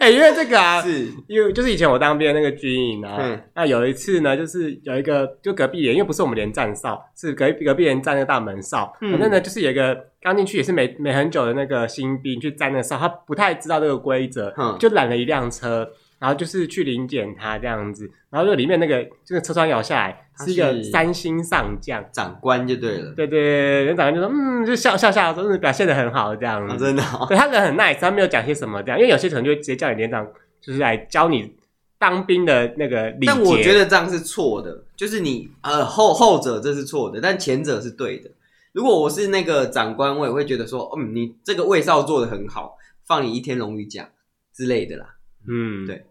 [SPEAKER 1] 哎、因为这个啊，
[SPEAKER 2] 是，
[SPEAKER 1] 因为就是以前我当兵的那个军营啊，
[SPEAKER 2] 嗯
[SPEAKER 1] 那有一次呢，就是有一个就隔壁连，因为不是我们连站哨，是隔壁隔壁连站那个大门哨，
[SPEAKER 2] 嗯
[SPEAKER 1] 反正呢就是有一个刚进去也是没没很久的那个新兵去站那个哨，他不太知道这个规则，
[SPEAKER 2] 嗯
[SPEAKER 1] 就揽了一辆车。然后就是去临检他这样子，然后就里面那个就是车窗摇下来，
[SPEAKER 2] 他
[SPEAKER 1] 是一个
[SPEAKER 2] 是
[SPEAKER 1] 三星上将，
[SPEAKER 2] 长官就对了。
[SPEAKER 1] 对对对，连长就说嗯，就笑笑笑，说嗯表现的很好这样
[SPEAKER 2] 啊，
[SPEAKER 1] 子，
[SPEAKER 2] 真的、哦，
[SPEAKER 1] 对他人很 nice，他没有讲些什么这样，因为有些可能就会直接叫你连长，就是来教你当兵的那个礼节。
[SPEAKER 2] 但我觉得这样是错的，就是你呃后后者这是错的，但前者是对的。如果我是那个长官，我也会觉得说，嗯，你这个卫哨做的很好，放你一天荣誉奖之类的啦。
[SPEAKER 1] 嗯，
[SPEAKER 2] 对。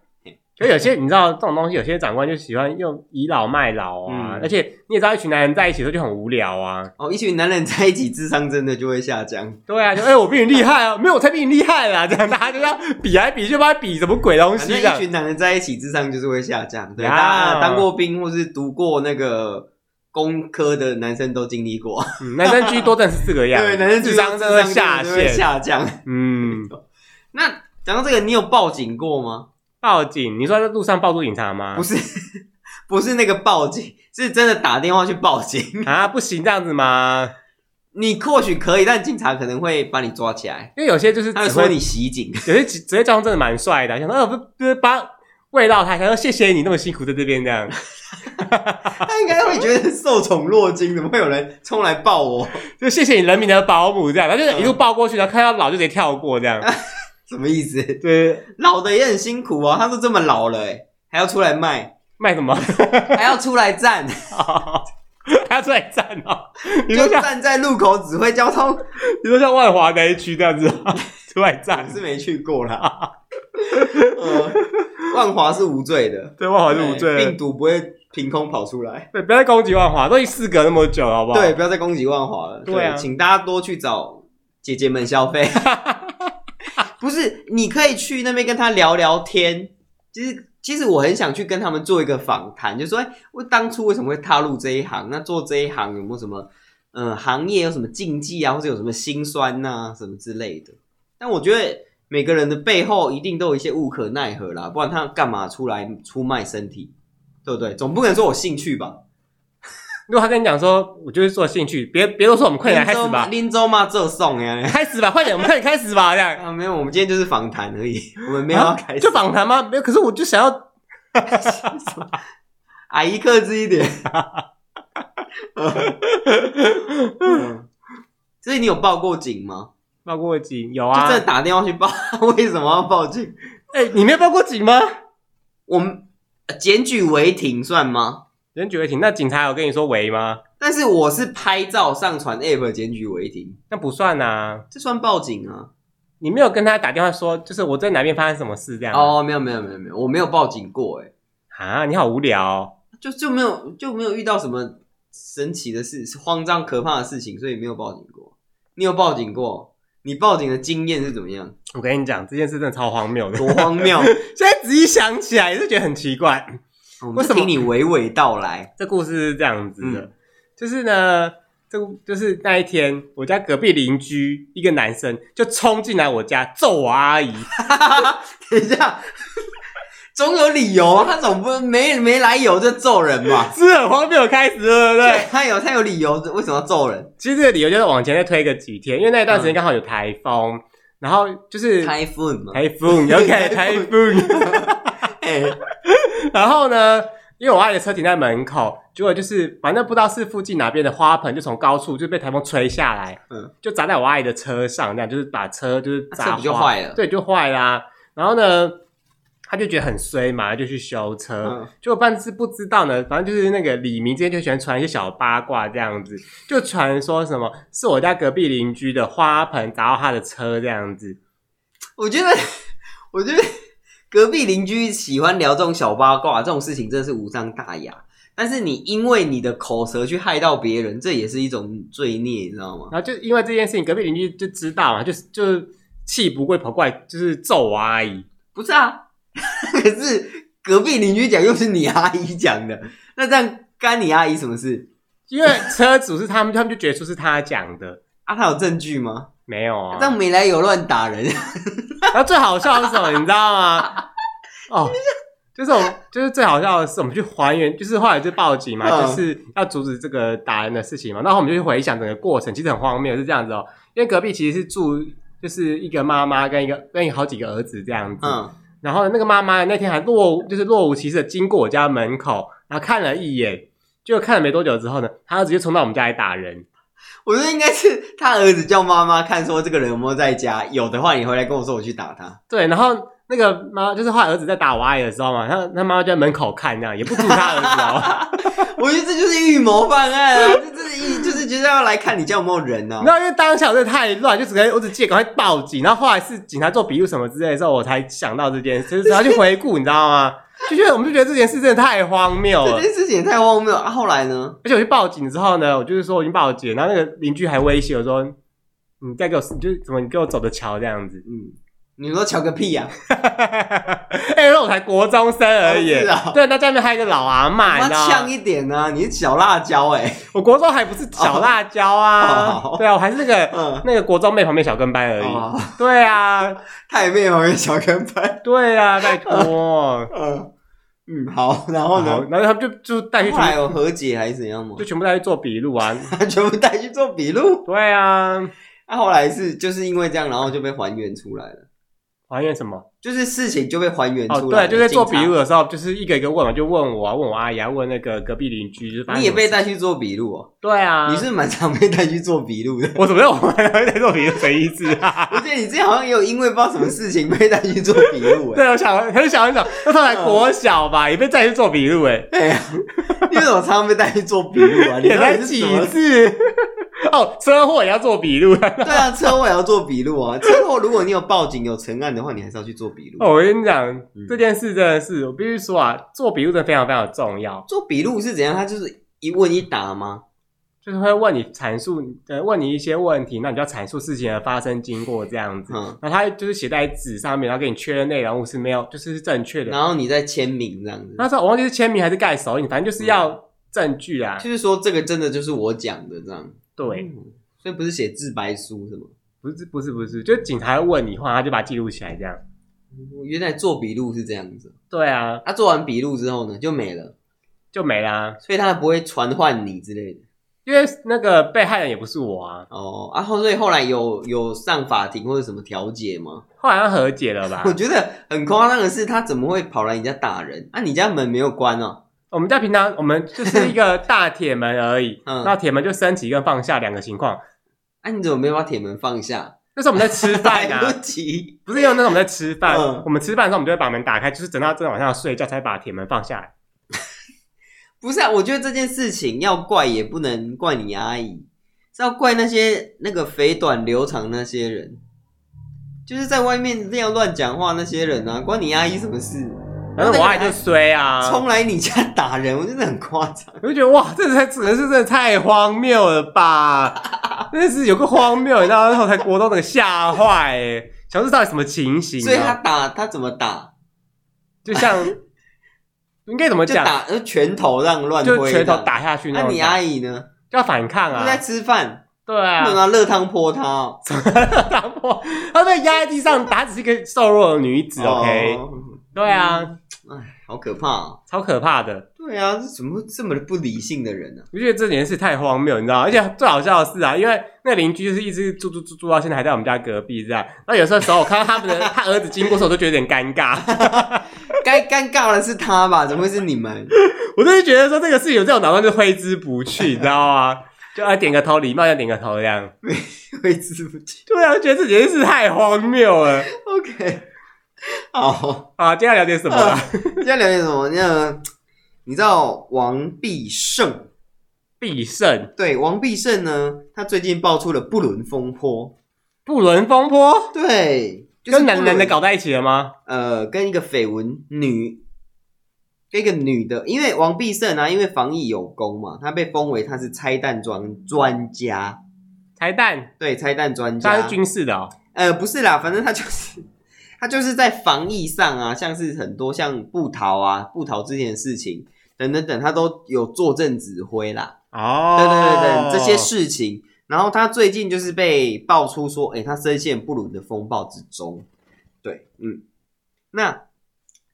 [SPEAKER 1] 可有些你知道这种东西，有些长官就喜欢用倚老卖老啊，
[SPEAKER 2] 嗯
[SPEAKER 1] 而且你也知道，一群男人在一起的时候就很无聊啊。
[SPEAKER 2] 哦，一群男人在一起，智商真的就会下 降。
[SPEAKER 1] 对啊，就哎、我比你厉害啊，没有我才比你厉害啦，这样大家就要比来比去，不知道比什么鬼东
[SPEAKER 2] 反
[SPEAKER 1] 西
[SPEAKER 2] 正
[SPEAKER 1] 这样
[SPEAKER 2] 一。群男人在一起，智商就是会下降。对，
[SPEAKER 1] 啊呀
[SPEAKER 2] 大家当过兵或是读过那个工科的男生都经历过。
[SPEAKER 1] 嗯男生居多真的是这个样，
[SPEAKER 2] 对，男生
[SPEAKER 1] 智商真
[SPEAKER 2] 真
[SPEAKER 1] 的
[SPEAKER 2] 的
[SPEAKER 1] 会下
[SPEAKER 2] 就会
[SPEAKER 1] 线。
[SPEAKER 2] 下降。
[SPEAKER 1] 嗯，
[SPEAKER 2] 那讲到这个，你有报警过吗？
[SPEAKER 1] 报警，你说在路上报出警察吗？
[SPEAKER 2] 不是 不是那个报警，是真的打电话去报警。
[SPEAKER 1] 啊，不行这样子吗？
[SPEAKER 2] 你或许可以，但警察可能会把你抓起来，
[SPEAKER 1] 因为有些就是
[SPEAKER 2] 他
[SPEAKER 1] 只
[SPEAKER 2] 会
[SPEAKER 1] 会
[SPEAKER 2] 说你袭警。
[SPEAKER 1] 有些职职业交通真的蛮帅的啊，想说呃不不是帮慰劳他一下，说谢谢你那么辛苦在这边这样，
[SPEAKER 2] 他应该会觉得受宠若惊，怎么会有人冲来抱我？
[SPEAKER 1] 就谢谢你人民的保姆这样，然后
[SPEAKER 2] 嗯
[SPEAKER 1] 就是一路抱过去，然后看到老就直接跳过 这样，
[SPEAKER 2] 什么意思？
[SPEAKER 1] 对，
[SPEAKER 2] 老的也很辛苦啊，他都这么老了、欸，还要出来卖，
[SPEAKER 1] 卖什么？
[SPEAKER 2] 还要出来站，
[SPEAKER 1] 还要出来站 哦？你说
[SPEAKER 2] 就
[SPEAKER 1] 像
[SPEAKER 2] 站在路口指挥交通。
[SPEAKER 1] 你说像万华那一区这样子哦， 出来站
[SPEAKER 2] 我，是没去过啦。 呃，万华是无罪的，
[SPEAKER 1] 对，万哦华是无罪
[SPEAKER 2] 病
[SPEAKER 1] 的，
[SPEAKER 2] 毒不会凭空跑出来。
[SPEAKER 1] 对，不要再攻击万华，都已经事隔那么久了，好不好？
[SPEAKER 2] 对，，不要再攻击万华了。
[SPEAKER 1] 对啊
[SPEAKER 2] 请大家多去找姐姐们消 费。不是，你可以去那边跟他聊聊天。其实，其实我很想去跟他们做一个访谈，就说，哎，我当初为什么会踏入这一行？那做这一行有没有什么，嗯，行业有什么禁忌啊，或者有什么辛酸呐、什么之类的？但我觉得每个人的背后一定都有一些无可奈何啦，不然他干嘛出来出卖身体？对不对？总不能说我兴趣吧？
[SPEAKER 1] 如果他跟你讲说，我就是做兴趣，别别啰嗦，我们快点啊开始吧，
[SPEAKER 2] 林州嘛，这送啊呀。
[SPEAKER 1] 开始吧，快点，我们快点开始吧，这样。
[SPEAKER 2] 啊，没有，我们今天就是访谈而已，我们没有要
[SPEAKER 1] 啊
[SPEAKER 2] 开始。
[SPEAKER 1] 就访谈吗？没有，可是我就想要，
[SPEAKER 2] 阿姨克制一点。嗯所以你有报过警吗？
[SPEAKER 1] 报过警有
[SPEAKER 2] 就
[SPEAKER 1] 啊？
[SPEAKER 2] 真的打电话去报， 为什么要报警？
[SPEAKER 1] 哎、你没有报过警吗？
[SPEAKER 2] 我们呃检举违停算吗？
[SPEAKER 1] 人觉得停，那警察有跟你说围吗？
[SPEAKER 2] 但是我是拍照上传 app 检举违停，
[SPEAKER 1] 那不算啊，
[SPEAKER 2] 这算报警啊？
[SPEAKER 1] 你没有跟他打电话说，就是我在哪边发生什么事这样。哦
[SPEAKER 2] 哦，没有没有没有没有，我没有报警过，哎，
[SPEAKER 1] 啊，你好无聊哦、
[SPEAKER 2] 就就没有就没有遇到什么神奇的事、慌张可怕的事情，所以没有报警过。你有报警过？你报警的经验是怎么样？
[SPEAKER 1] 我跟你讲，这件事真的超荒谬的。
[SPEAKER 2] 多荒 谬！
[SPEAKER 1] 现在仔细想起来，也是觉得很奇怪。
[SPEAKER 2] 我
[SPEAKER 1] 为
[SPEAKER 2] 们
[SPEAKER 1] 什么
[SPEAKER 2] 听你娓娓道来。
[SPEAKER 1] 这故事是这样子的，
[SPEAKER 2] 嗯
[SPEAKER 1] 就是呢，这就是那一天，我家隔壁邻居一个男生就冲进来我家揍我阿姨，
[SPEAKER 2] 等一下，总有理由啊，他总不能没没来由就揍人吧？
[SPEAKER 1] 是很荒谬开始了，对 不对？
[SPEAKER 2] 他有他有理由，为什么要揍人？
[SPEAKER 1] 其实这个理由就是往前再推个几天，因为那一段时间刚好有台风，然后就是哎
[SPEAKER 2] 开 phone 嘛？
[SPEAKER 1] 台 风，OK，台风，
[SPEAKER 2] 哎，
[SPEAKER 1] 然后呢？因为我阿姨的车停在门口，结果就是反正不知道是附近哪边的花盆，就从高处就被台风吹下来，
[SPEAKER 2] 嗯啊
[SPEAKER 1] 就砸在我阿姨的车上，这样就是把车就是砸
[SPEAKER 2] 这不就
[SPEAKER 1] 花
[SPEAKER 2] 坏了？
[SPEAKER 1] 对，就坏啦、然后呢，他就觉得很衰嘛，就去修车。
[SPEAKER 2] 嗯
[SPEAKER 1] 结果半是不知道呢，反正就是那个李明之间就喜欢传一些小八卦这样子，就传说什么是我家隔壁邻居的花盆砸到他的车这样子。
[SPEAKER 2] 我觉得，我觉得隔壁邻居喜欢聊这种小八卦，这种事情真的是无伤大雅。但是你因为你的口舌去害到别人，这也是一种罪孽，你知道吗？
[SPEAKER 1] 然后就因为这件事情，隔壁邻居就知道嘛，就是就是气不过跑过来就是揍我阿姨。
[SPEAKER 2] 不是啊， 可是隔壁邻居讲又是你阿姨讲的，那这样干你阿姨什么事
[SPEAKER 1] 因为车主是他们，他们就觉得说是他讲的，
[SPEAKER 2] 啊？他有证据吗？
[SPEAKER 1] 没有啊。
[SPEAKER 2] 但没来由乱打人，
[SPEAKER 1] 然后最好笑的是什么，你知道吗？哦，就是我们就是最好笑的是，我们去还原，就是后来就报警嘛，
[SPEAKER 2] 嗯
[SPEAKER 1] 就是要阻止这个打人的事情嘛。然后我们就去回想整个过程，其实很荒谬，是这样子哦。因为隔壁其实是住就是一个妈妈跟一个跟好几个儿子这样子，
[SPEAKER 2] 嗯，
[SPEAKER 1] 然后那个妈妈那天还若就是若无其事的经过我家门口，然后看了一眼。就看了没多久之后呢，他儿子就冲到我们家来打人。
[SPEAKER 2] 我觉得应该是他儿子叫妈妈看说这个人有没有在家，有的话你回来跟我说，我去打他。
[SPEAKER 1] 对，然后那个妈就是后来儿子在打我阿姨的时候嘛，他他妈妈就在门口看，这样也不阻他儿子哦。
[SPEAKER 2] 我觉得这就是预谋犯案啊，这这一就是就是要来看你家有没有人啊。
[SPEAKER 1] 那因为当下我真的太乱，就只能我只记得赶快报警，然后后来是警察做笔录什么之类的时候，我才想到这件事，然后去回顾，你知道吗？就觉得我们就觉得这件事真的太荒谬
[SPEAKER 2] 这
[SPEAKER 1] 了。
[SPEAKER 2] 件事情也太荒谬啊！后来呢？
[SPEAKER 1] 而且我去报警之后呢，我就是说我已经报警，然后那个邻居还威胁我说：“你再给我，你就是怎么你给我走着瞧这样子。
[SPEAKER 2] 嗯，你说瞧个屁呀、
[SPEAKER 1] 哎、那我才国中生而已，
[SPEAKER 2] 哦是啊
[SPEAKER 1] 对，那下面还有一个老阿嬷，你
[SPEAKER 2] 妈
[SPEAKER 1] 知道
[SPEAKER 2] 呛
[SPEAKER 1] 吗？
[SPEAKER 2] 一点啊！你是小辣椒哎、
[SPEAKER 1] 我国中还不是小辣椒啊，
[SPEAKER 2] 哦
[SPEAKER 1] 对啊，我还是那个、
[SPEAKER 2] 嗯，
[SPEAKER 1] 那个国中妹旁边小跟班而已。
[SPEAKER 2] 哦，
[SPEAKER 1] 对啊，
[SPEAKER 2] 太妹旁边小跟班，
[SPEAKER 1] 对啊，拜托。
[SPEAKER 2] 嗯嗯，好，然后
[SPEAKER 1] 好哎
[SPEAKER 2] 呢？
[SPEAKER 1] 然后他们就就带去
[SPEAKER 2] 后
[SPEAKER 1] 全
[SPEAKER 2] 来
[SPEAKER 1] 部
[SPEAKER 2] 有和解还是怎样吗
[SPEAKER 1] 就？全部带去做笔录啊。
[SPEAKER 2] 全部带去做笔录，
[SPEAKER 1] 对啊，
[SPEAKER 2] 那、后来是就是因为这样，然后就被还原出来了，
[SPEAKER 1] 还原什么？
[SPEAKER 2] 就是事情就被还原
[SPEAKER 1] 哦，
[SPEAKER 2] 出来了。
[SPEAKER 1] 对，就在做笔
[SPEAKER 2] 警察
[SPEAKER 1] 录的时候，就是一个一个问嘛，就问我啊，问我阿姨啊，问那个隔壁邻居，就是反正
[SPEAKER 2] 你也被
[SPEAKER 1] 什么
[SPEAKER 2] 带去做笔录哦
[SPEAKER 1] 事。对啊，
[SPEAKER 2] 你是蛮常被带去做笔录的。
[SPEAKER 1] 我怎么我还会在做笔录谁意思 啊？
[SPEAKER 2] 我记得你之前好像也有因为不知道什么事情被带去做笔录哎，
[SPEAKER 1] 对，我想很想很想，那他来国
[SPEAKER 2] 嗯
[SPEAKER 1] 小吧，也被带去做笔录哎，
[SPEAKER 2] 哎呀，因为我常常被带去做笔录啊，你
[SPEAKER 1] 也
[SPEAKER 2] 到
[SPEAKER 1] 才
[SPEAKER 2] 底是
[SPEAKER 1] 几
[SPEAKER 2] 什么？
[SPEAKER 1] 次？哦，车祸也要做笔录啊！
[SPEAKER 2] 对啊，车祸也要做笔录啊，车祸如果你有报警有成案的话，你还是要去做笔录。
[SPEAKER 1] 哦，我跟你讲，
[SPEAKER 2] 嗯
[SPEAKER 1] 这件事真的是我必须说啊，做笔录真的非常非常重要。
[SPEAKER 2] 做笔录是怎样？他就是一问一答吗？
[SPEAKER 1] 就是会问你阐述，呃，问你一些问题，那你就要阐述事情的发生经过这样子。
[SPEAKER 2] 嗯，
[SPEAKER 1] 然后他就是写在纸上面，然后给你确认内容物是没有，就是是正确的。
[SPEAKER 2] 然后你再签名这样子，
[SPEAKER 1] 那时候我忘记是签名还是盖手印，反正就是要证据 啦。
[SPEAKER 2] 就是说这个真的就是我讲的这样。
[SPEAKER 1] 对，
[SPEAKER 2] 嗯，所以不是写自白书什么？
[SPEAKER 1] 不是不是不是，就是警察问你话，他就把它记录起来这样。
[SPEAKER 2] 原来做笔录是这样子，
[SPEAKER 1] 对啊，
[SPEAKER 2] 他、做完笔录之后呢，就没了，
[SPEAKER 1] 就没啦，
[SPEAKER 2] 所以他不会传唤你之类的。
[SPEAKER 1] 因为那个被害人也不是我啊，
[SPEAKER 2] 哦，啊，后所以后来有有上法庭或者什么调解吗？
[SPEAKER 1] 后来要和解了吧
[SPEAKER 2] 我？觉得很夸张的是，他怎么会跑来你家打人？啊，你家门没有关哦，
[SPEAKER 1] 我们在平常我们就是一个大铁门而已，
[SPEAKER 2] 嗯
[SPEAKER 1] 那铁门就升起跟放下两个情况。
[SPEAKER 2] 啊，你怎么没有把铁门放下？
[SPEAKER 1] 那时候我们在吃饭
[SPEAKER 2] 来
[SPEAKER 1] 啊，
[SPEAKER 2] 不及，
[SPEAKER 1] 不是因为那时候我们在吃饭，
[SPEAKER 2] 嗯
[SPEAKER 1] 我们吃饭的时候我们就会把门打开，就是等到真的晚上要睡觉才把铁门放下来。
[SPEAKER 2] 不是啊，我觉得这件事情要怪也不能怪你阿姨，是要怪那些那个肥短流长那些人，就是在外面那样乱讲话那些人啊，关你阿姨什么事？
[SPEAKER 1] 然后我爱就衰啊，
[SPEAKER 2] 冲来你家打人，我真的很夸张。
[SPEAKER 1] 我就觉得哇，这才只能是真的太荒谬了吧！真的是有个荒谬，你知道，然后才国栋那个吓坏、欸，想说这到底什么情形、啊？
[SPEAKER 2] 所以他打他怎么打？
[SPEAKER 1] 就 像应该怎么
[SPEAKER 2] 就
[SPEAKER 1] 讲，
[SPEAKER 2] 打就拳头让乱挥，
[SPEAKER 1] 就拳头。打下去那
[SPEAKER 2] 那、
[SPEAKER 1] 种
[SPEAKER 2] 啊你
[SPEAKER 1] 打，
[SPEAKER 2] 阿姨呢？
[SPEAKER 1] 就要反抗
[SPEAKER 2] 她在
[SPEAKER 1] 啊，
[SPEAKER 2] 吃饭，
[SPEAKER 1] 对
[SPEAKER 2] 不能
[SPEAKER 1] 啊，
[SPEAKER 2] 拿热汤泼她哦。
[SPEAKER 1] 打破，她被压在地上打，她只是一个瘦弱的女子、o k
[SPEAKER 2] 哦
[SPEAKER 1] 对啊，
[SPEAKER 2] 哎，好可怕、哦。
[SPEAKER 1] 超可怕的，
[SPEAKER 2] 对啊，这怎么这么不理性的人呢、啊
[SPEAKER 1] 我觉得这件事太荒谬，你知道吗？而且最好笑的是啊，因为那邻居就是一直住住住住到现在还在我们家隔壁这样，然后有时候时候我看到他们的他儿子经过的时候，我都觉得有点尴尬。
[SPEAKER 2] 该尴尬的是他吧？怎么会是你们？
[SPEAKER 1] 我就是觉得说这个事情有这种脑洞就挥之不去，你知道吗？就要点个头，礼貌要点个头这样。
[SPEAKER 2] 挥之不去。
[SPEAKER 1] 对啊，我觉得这件事太荒谬了
[SPEAKER 2] OK，好，
[SPEAKER 1] 啊！接下来聊点什么啦？
[SPEAKER 2] 今天聊点什么？那个你知道王必胜？
[SPEAKER 1] 必胜
[SPEAKER 2] 对，王必胜呢，他最近爆出了不伦风波。
[SPEAKER 1] 不伦风波，
[SPEAKER 2] 对， 就是
[SPEAKER 1] 跟
[SPEAKER 2] 不
[SPEAKER 1] 男
[SPEAKER 2] 伦
[SPEAKER 1] 男的搞在一起了吗？
[SPEAKER 2] 呃，跟一个绯闻女，跟一个女的，因为王必胜啊，因为防疫有功嘛，他被封为他是拆弹专专家，
[SPEAKER 1] 拆弹，
[SPEAKER 2] 对，拆弹专
[SPEAKER 1] 他是
[SPEAKER 2] 家。
[SPEAKER 1] 军事的哦。
[SPEAKER 2] 呃，不是啦，反正他就是他就是在防疫上啊，像是很多像布桃啊、布桃之前的事情等等等，他都有坐镇指挥啦。
[SPEAKER 1] 哦，
[SPEAKER 2] 对对对对，这些事情。然后他最近就是被爆出说，诶，他深陷不伦的风暴之中。对，嗯，那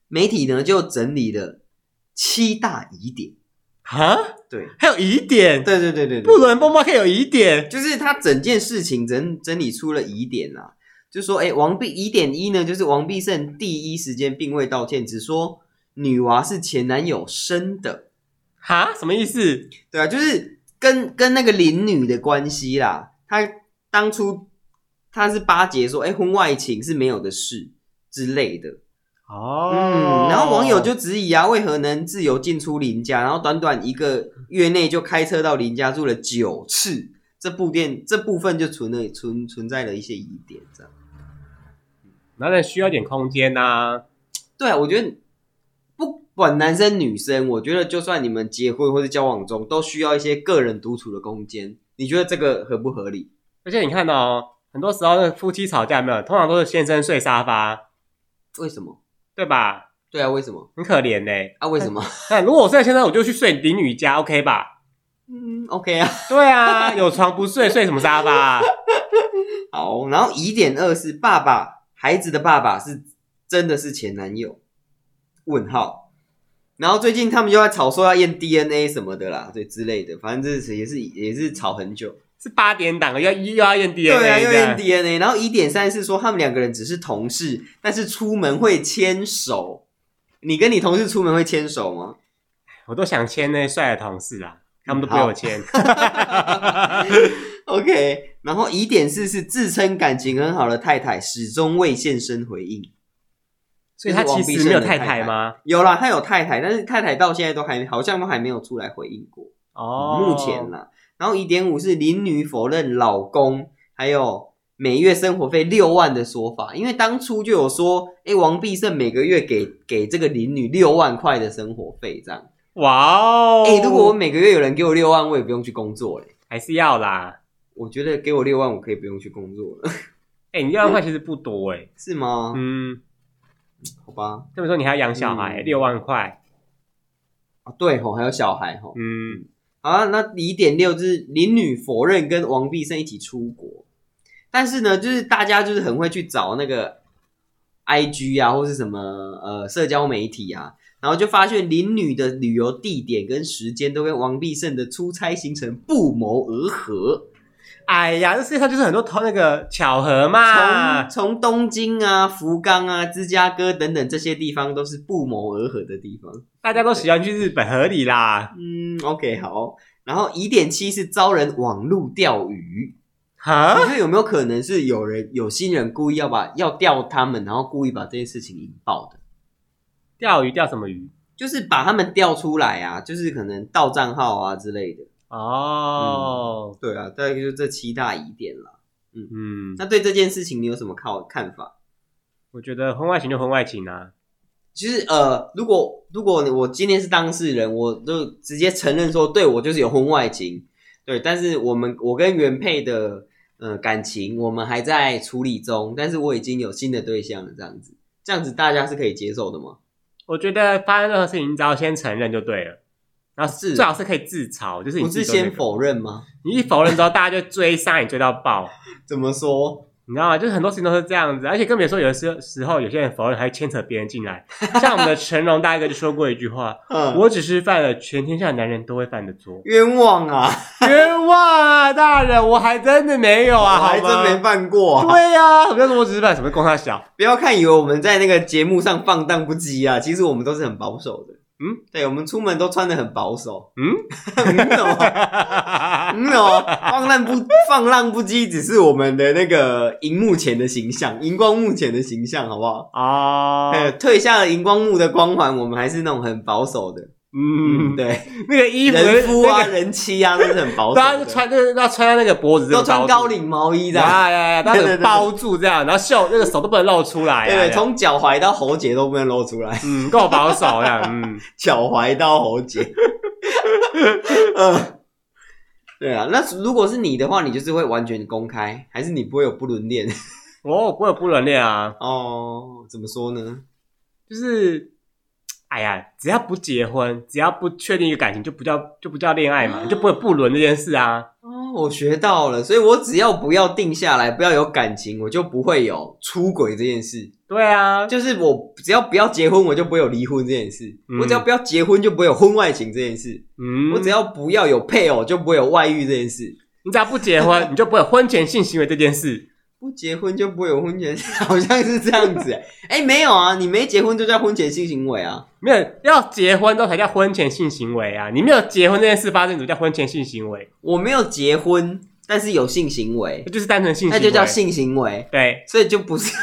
[SPEAKER 2] 媒体呢就整理了七大疑点。
[SPEAKER 1] 啊，
[SPEAKER 2] 对，
[SPEAKER 1] 还有疑点，
[SPEAKER 2] 对对对对对，
[SPEAKER 1] 不伦风波可以有疑点，
[SPEAKER 2] 就是他整件事情整整理出了疑点啦、就说，哎、王必疑点一呢，就是王必胜第一时间并未道歉，只说女娃是前男友生的，
[SPEAKER 1] 哈，什么意思？
[SPEAKER 2] 对啊，就是跟跟那个邻女的关系啦。他当初他是巴结说，哎、婚外情是没有的事之类的，
[SPEAKER 1] 哦
[SPEAKER 2] 嗯，然后网友就质疑啊，为何能自由进出林家，然后短短一个月内就开车到林家住了九次，这部电这部分就存了存存在了一些疑点，这样。
[SPEAKER 1] 男人需要点空间呐，
[SPEAKER 2] 对啊，我觉得不管男生女生，我觉得就算你们结婚或是交往中，都需要一些个人独处的空间。你觉得这个合不合理？
[SPEAKER 1] 而且你看哦，很多时候那个夫妻吵架有没有，通常都是先生睡沙发，
[SPEAKER 2] 为什么？
[SPEAKER 1] 对吧？
[SPEAKER 2] 对啊，为什么？
[SPEAKER 1] 很可怜呢、
[SPEAKER 2] 啊，为什么？
[SPEAKER 1] 那如果我睡先生，我就去睡邻女家，OK 吧？
[SPEAKER 2] 嗯，OK 啊。
[SPEAKER 1] 对 啊，有床不睡，睡什么沙发、啊？
[SPEAKER 2] 好，然后疑点二是爸爸，孩子的爸爸是真的是前男友？问号。然后最近他们又在吵说要验 DNA 什么的啦，对之类的，反正这也是也是吵很久。
[SPEAKER 1] 是八点档，要又要验 DNA，
[SPEAKER 2] 对啊，又
[SPEAKER 1] 这样
[SPEAKER 2] 验 DNA。然后疑点三是说他们两个人只是同事，但是出门会牵手。你跟你同事出门会牵手吗？
[SPEAKER 1] 我都想签那些帅的同事
[SPEAKER 2] 嗯
[SPEAKER 1] 啊，他们都不给我 签。
[SPEAKER 2] OK，然后疑点四是自称感情很好的太太始终未现身回应。
[SPEAKER 1] 所以他其实没有太太吗？
[SPEAKER 2] 有啦，他有太太，但是太太到现在都还好像都还没有出来回应过，
[SPEAKER 1] 哦，
[SPEAKER 2] 嗯目前啦。然后疑点五是林女否认老公还有每月生活费六万的说法，因为当初就有说，哎、王必胜每个月给给这个林女六万块的生活费这样。
[SPEAKER 1] 哇哦，
[SPEAKER 2] 哎、如果我每个月有人给我六万，我也不用去工作嘞、
[SPEAKER 1] 还是要啦。
[SPEAKER 2] 我觉得给我六万，我可以不用去工作了，
[SPEAKER 1] 哎、你六万
[SPEAKER 2] 嗯
[SPEAKER 1] 块其实不多哎、
[SPEAKER 2] 是吗？
[SPEAKER 1] 嗯，
[SPEAKER 2] 好吧，
[SPEAKER 1] 这么说你还要养小孩
[SPEAKER 2] 嗯
[SPEAKER 1] 六、万块，
[SPEAKER 2] 啊对吼，还有小孩吼。
[SPEAKER 1] 嗯，
[SPEAKER 2] 好啊，那疑点六就是林女否认跟王必胜一起出国，但是呢，就是大家就是很会去找那个 I G 啊，或是什么呃社交媒体啊，然后就发现林女的旅游地点跟时间都跟王必胜的出差行程不谋而合，
[SPEAKER 1] 哎呀，这世界上就是很多偷那个巧合嘛啊
[SPEAKER 2] 从。从东京啊、福冈啊、芝加哥等等这些地方都是不谋而合的地方。
[SPEAKER 1] 大家都喜欢去日本，合理啦。
[SPEAKER 2] 嗯，OK，好。然后疑点七是遭人网路钓鱼，
[SPEAKER 1] 哈
[SPEAKER 2] 你，觉得有没有可能是有人有心人故意要把要钓他们，然后故意把这件事情引爆的？
[SPEAKER 1] 钓鱼钓什么鱼？
[SPEAKER 2] 就是把他们调出来啊，就是可能盗账号啊之类的。
[SPEAKER 1] 哦，
[SPEAKER 2] 对啊，大概就是这七大疑点啦。
[SPEAKER 1] 嗯，
[SPEAKER 2] 那对这件事情你有什么看看法？
[SPEAKER 1] 我觉得婚外情就婚外情啊，
[SPEAKER 2] 其实呃，如果如果我今天是当事人，我就直接承认说，对我就是有婚外情，对。但是我们我跟原配的呃感情，我们还在处理中，但是我已经有新的对象了，这样子，这样子大家是可以接受的吗？
[SPEAKER 1] 我觉得发生任何事情，你只要先承认就对了。然后
[SPEAKER 2] 是啊
[SPEAKER 1] 最好是可以自嘲，就是你
[SPEAKER 2] 不
[SPEAKER 1] 自
[SPEAKER 2] 是
[SPEAKER 1] 己做那
[SPEAKER 2] 先
[SPEAKER 1] 个
[SPEAKER 2] 否认吗？
[SPEAKER 1] 你一否认之后，大家就追杀你追到爆，
[SPEAKER 2] 怎么说？
[SPEAKER 1] 你知道吗？就是很多事情都是这样子，而且更别说有的时时候有些人否认还牵扯别人进来。像我们的成龙大哥就说过一句话：“
[SPEAKER 2] 嗯，。
[SPEAKER 1] 我只是犯了全天下男人都会犯的错
[SPEAKER 2] 冤枉啊！”
[SPEAKER 1] 冤枉啊，大人，我还真的没有啊，
[SPEAKER 2] 我还
[SPEAKER 1] 好
[SPEAKER 2] 真
[SPEAKER 1] 吗
[SPEAKER 2] 没犯过、啊。
[SPEAKER 1] 对呀、什么叫做我只是犯？什么是公他 小？
[SPEAKER 2] 不要看以为我们在那个节目上放荡不羁啊，其实我们都是很保守的。
[SPEAKER 1] 嗯，
[SPEAKER 2] 对，我们出门都穿的很保守。
[SPEAKER 1] 嗯，
[SPEAKER 2] 嗯哦，嗯哦， 放浪不放浪不羁，只是我们的那个荧幕前的形象，荧光幕前的形象，好不好？
[SPEAKER 1] 哦，
[SPEAKER 2] 呃，退下了荧光幕的光环，我们还是那种很保守的。
[SPEAKER 1] 嗯，
[SPEAKER 2] 嗯，，对，
[SPEAKER 1] 那个衣服，
[SPEAKER 2] 人夫啊，
[SPEAKER 1] 那个
[SPEAKER 2] 人妻啊，都是很保守的。
[SPEAKER 1] 大家就穿，就是要穿到那个脖子这
[SPEAKER 2] 都
[SPEAKER 1] 个
[SPEAKER 2] 穿
[SPEAKER 1] 包
[SPEAKER 2] 高
[SPEAKER 1] 住，
[SPEAKER 2] 领毛衣的，啊
[SPEAKER 1] 呀呀呀，大家
[SPEAKER 2] 对对
[SPEAKER 1] 整
[SPEAKER 2] 对
[SPEAKER 1] 个包住这样，然后袖那个手都不能露出来啊，
[SPEAKER 2] 对对，从脚踝到喉结都不能露出来。
[SPEAKER 1] 嗯，够保守呀，嗯，
[SPEAKER 2] 脚踝到喉结。 嗯，对啊，那如果是你的话，你就是会完全公开，还是你不会有不伦恋？
[SPEAKER 1] 我我有哦不伦恋啊，
[SPEAKER 2] 哦，怎么说呢？
[SPEAKER 1] 就是，哎呀，只要不结婚，只要不确定一个感情，就不叫就不叫恋爱嘛，你就不会有不伦这件事啊，
[SPEAKER 2] 哦，我学到了，所以我只要不要定下来，不要有感情，我就不会有出轨这件事。
[SPEAKER 1] 对啊，
[SPEAKER 2] 就是我只要不要结婚，我就不会有离婚这件事；
[SPEAKER 1] 嗯
[SPEAKER 2] 我只要不要结婚，就不会有婚外情这件事；
[SPEAKER 1] 嗯，
[SPEAKER 2] 我只要不要有配偶，就不会有外遇这件事；
[SPEAKER 1] 你只要不结婚，你就不会有婚前性行为这件事。
[SPEAKER 2] 不结婚就不会有婚前，好像是这样子、欸。 哎、没有啊，你没结婚就叫婚前性行为啊。
[SPEAKER 1] 没有要结婚之后才叫婚前性行为啊！你没有结婚这件事发生，怎么叫婚前性行为？
[SPEAKER 2] 我没有结婚，但是有性行为，
[SPEAKER 1] 就是单纯性行为，
[SPEAKER 2] 那就叫性行为，
[SPEAKER 1] 对
[SPEAKER 2] 所以就不是。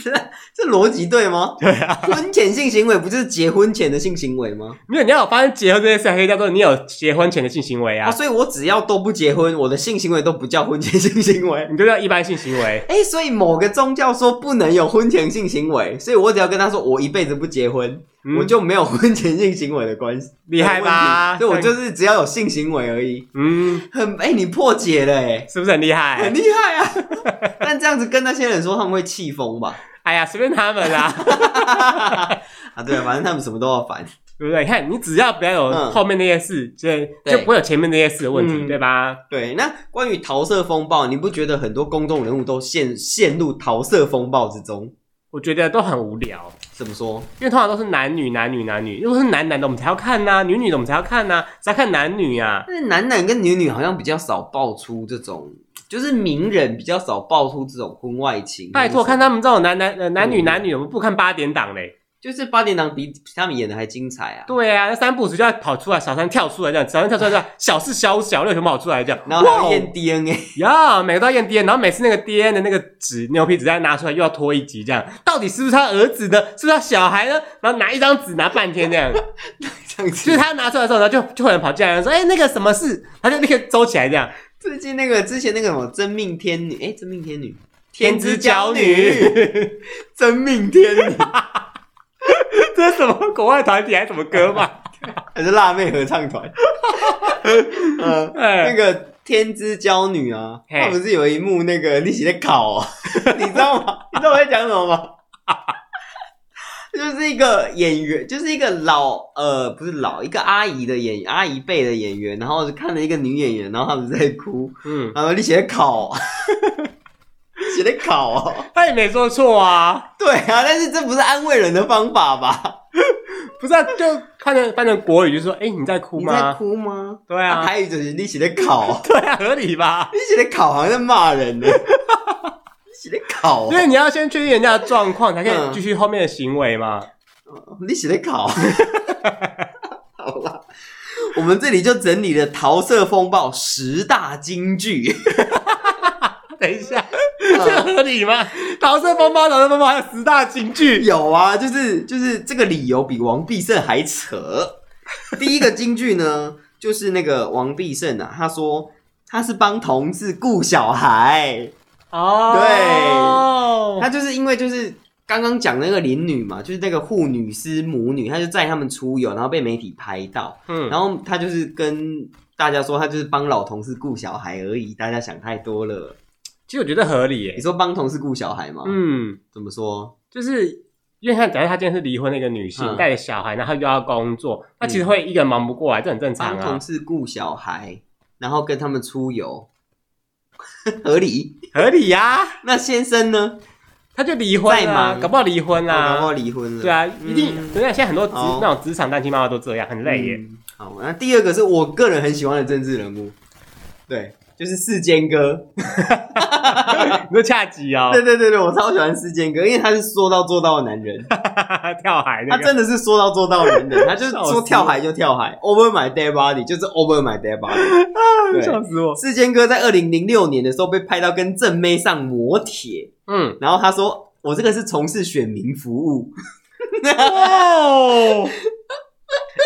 [SPEAKER 2] 这这逻辑对吗？
[SPEAKER 1] 对啊。
[SPEAKER 2] 婚前性行为不就是结婚前的性行为吗？
[SPEAKER 1] 没有，你要有发生结婚这件事，还可以叫做你有结婚前的性行为
[SPEAKER 2] 啊，
[SPEAKER 1] 啊，
[SPEAKER 2] 所以我只要都不结婚，我的性行为都不叫婚前性行为。
[SPEAKER 1] 你就叫一般性行为。
[SPEAKER 2] 哎，所以某个宗教说不能有婚前性行为，所以我只要跟他说我一辈子不结婚，
[SPEAKER 1] 嗯
[SPEAKER 2] 我就没有婚前性行为的关系，
[SPEAKER 1] 厉害吧
[SPEAKER 2] 对，所以我就是只要有性行为而已。
[SPEAKER 1] 嗯，
[SPEAKER 2] 很哎、你破解了哎、
[SPEAKER 1] 是不是很厉害
[SPEAKER 2] 很？厉害啊！ 但这样子跟那些人说，他们会气疯吧？
[SPEAKER 1] 哎呀，随便他们啦、
[SPEAKER 2] 啊，对，反正他们什么都要烦。
[SPEAKER 1] 对不对？你看，你只要不要
[SPEAKER 2] 嗯
[SPEAKER 1] 有后面那些事，就
[SPEAKER 2] 对
[SPEAKER 1] 就不会有前面那些事的问题，
[SPEAKER 2] 嗯
[SPEAKER 1] 对吧？
[SPEAKER 2] 对，那关于桃色风暴，你不觉得很多公众人物都陷陷入桃色风暴之中？
[SPEAKER 1] 我觉得都很无聊，
[SPEAKER 2] 怎么说？
[SPEAKER 1] 因为通常都是男女男女男女，如果是男男的我们才要看呐、女女的我们才要看呐、才要看男女啊。
[SPEAKER 2] 但是男男跟女女好像比较少爆出这种，就是名人比较少爆出这种婚外情。
[SPEAKER 1] 拜托，
[SPEAKER 2] 或者
[SPEAKER 1] 看
[SPEAKER 2] 什么，
[SPEAKER 1] 他们这种男男呃男女
[SPEAKER 2] 嗯
[SPEAKER 1] 男女，我们不看八点档嘞。
[SPEAKER 2] 就是八点档比比他们演的还精彩啊！
[SPEAKER 1] 对啊，那三部曲就要跑出来，小三跳出来这样，小三跳出来这样，小四、小五、小六全部跑出来这样。
[SPEAKER 2] 然后还要
[SPEAKER 1] 哇哦
[SPEAKER 2] 验 DNA，
[SPEAKER 1] 呀，每个都要验 DNA，然后每次那个 DNA 的那个纸牛皮纸再拿出来，又要拖一集这样。到底是不是他儿子的？是不是他小孩呢？然后拿一张纸拿半天这样。
[SPEAKER 2] 这样
[SPEAKER 1] 就是
[SPEAKER 2] 子。
[SPEAKER 1] 他拿出来的时候，然后就就有人跑进来说：“哎、那个什么事？”他就立刻收起来这样。
[SPEAKER 2] 最近那个之前那个什么真命天女，哎、真命天女，
[SPEAKER 1] 天之娇女，
[SPEAKER 2] 真命天女，
[SPEAKER 1] 这是什么国外团体还是什么歌嘛？
[SPEAKER 2] 还是辣妹合唱团？ 呃，那
[SPEAKER 1] 哎、
[SPEAKER 2] 个天之娇女啊，
[SPEAKER 1] 嘿
[SPEAKER 2] 她不是有一幕那个丽喜在烤、哦， 你知道吗？你知道我在讲什么吗？ 就是一个演员，就是一个老呃，不是老一个阿姨的演阿姨辈的演员，然后看了一个女演员，然后他们在哭，
[SPEAKER 1] 嗯，
[SPEAKER 2] 然后丽喜在烤、哦，写在烤、哦，
[SPEAKER 1] 他也没说错啊，
[SPEAKER 2] 对啊，但是这不是安慰人的方法吧？
[SPEAKER 1] 不是、啊、就看着翻成国语就说：“哎、你在哭
[SPEAKER 2] 你在
[SPEAKER 1] 吗？”
[SPEAKER 2] 哭吗？
[SPEAKER 1] 对
[SPEAKER 2] 啊，
[SPEAKER 1] 啊，
[SPEAKER 2] 台语就是你写的烤，
[SPEAKER 1] 对啊，合理吧？
[SPEAKER 2] 你写的烤好像在骂人呢， 你写的烤哦
[SPEAKER 1] 因，为你要先确定人家的状况，才可
[SPEAKER 2] 嗯
[SPEAKER 1] 以继续后面的行为嘛。
[SPEAKER 2] 你写的烤。 好啦，我们这里就整理了《桃色风暴》十大金句。
[SPEAKER 1] 等一下，这
[SPEAKER 2] 嗯
[SPEAKER 1] 合理吗？桃色风暴，桃色风暴还有十大金句，
[SPEAKER 2] 有啊，就是就是这个理由比王必胜还扯。第一个金句呢， 就是那个王必胜啊，他说他是帮同志顾小孩，
[SPEAKER 1] 哦，
[SPEAKER 2] 他就是因为就是刚刚讲那个林女嘛，就是那个护女师母女，他就载他们出游，然后被媒体拍到，
[SPEAKER 1] 嗯，
[SPEAKER 2] 然后他就是跟大家说他就是帮老同事顾小孩而已，大家想太多了。
[SPEAKER 1] 其实我觉得合理
[SPEAKER 2] 你
[SPEAKER 1] 耶，
[SPEAKER 2] 说帮同事顾小孩吗？
[SPEAKER 1] 嗯，
[SPEAKER 2] 怎么说？
[SPEAKER 1] 就是。因为像假如她今天是离婚的一个女性，
[SPEAKER 2] 嗯
[SPEAKER 1] 带着小孩，然后又要工作，那其实会一个人忙不过来，这很正常
[SPEAKER 2] 帮同
[SPEAKER 1] 啊，
[SPEAKER 2] 事顾小孩，然后跟他们出游， 合理。
[SPEAKER 1] 合理呀、啊。
[SPEAKER 2] 那先生呢？
[SPEAKER 1] 他就离婚
[SPEAKER 2] 再
[SPEAKER 1] 啦、
[SPEAKER 2] 忙
[SPEAKER 1] 搞不好离婚啦、
[SPEAKER 2] 哦搞不好离婚了。
[SPEAKER 1] 对啊，
[SPEAKER 2] 嗯哦
[SPEAKER 1] 一定。对啊，现在很多职、
[SPEAKER 2] 好
[SPEAKER 1] 那种职场单亲妈妈都这样，很累耶。
[SPEAKER 2] 嗯好，那第二个是我个人很喜欢的政治人物，对，就是世坚哥。
[SPEAKER 1] 你说恰吉哦，
[SPEAKER 2] 嗯对对对对，我超喜欢世坚哥，因为他是说到做到的 男人，
[SPEAKER 1] 跳海那
[SPEAKER 2] 他
[SPEAKER 1] 个，
[SPEAKER 2] 真的是说到做到 的男人，他就是
[SPEAKER 1] 笑死
[SPEAKER 2] 说跳海就跳海，over my dead body 就是 over my dead body。对
[SPEAKER 1] 笑死我。
[SPEAKER 2] 世坚哥在二零零六年的时候被拍到跟正妹上摩铁，
[SPEAKER 1] 嗯，
[SPEAKER 2] 然后他说：“我这个是从事选民服务。
[SPEAKER 1] 哦，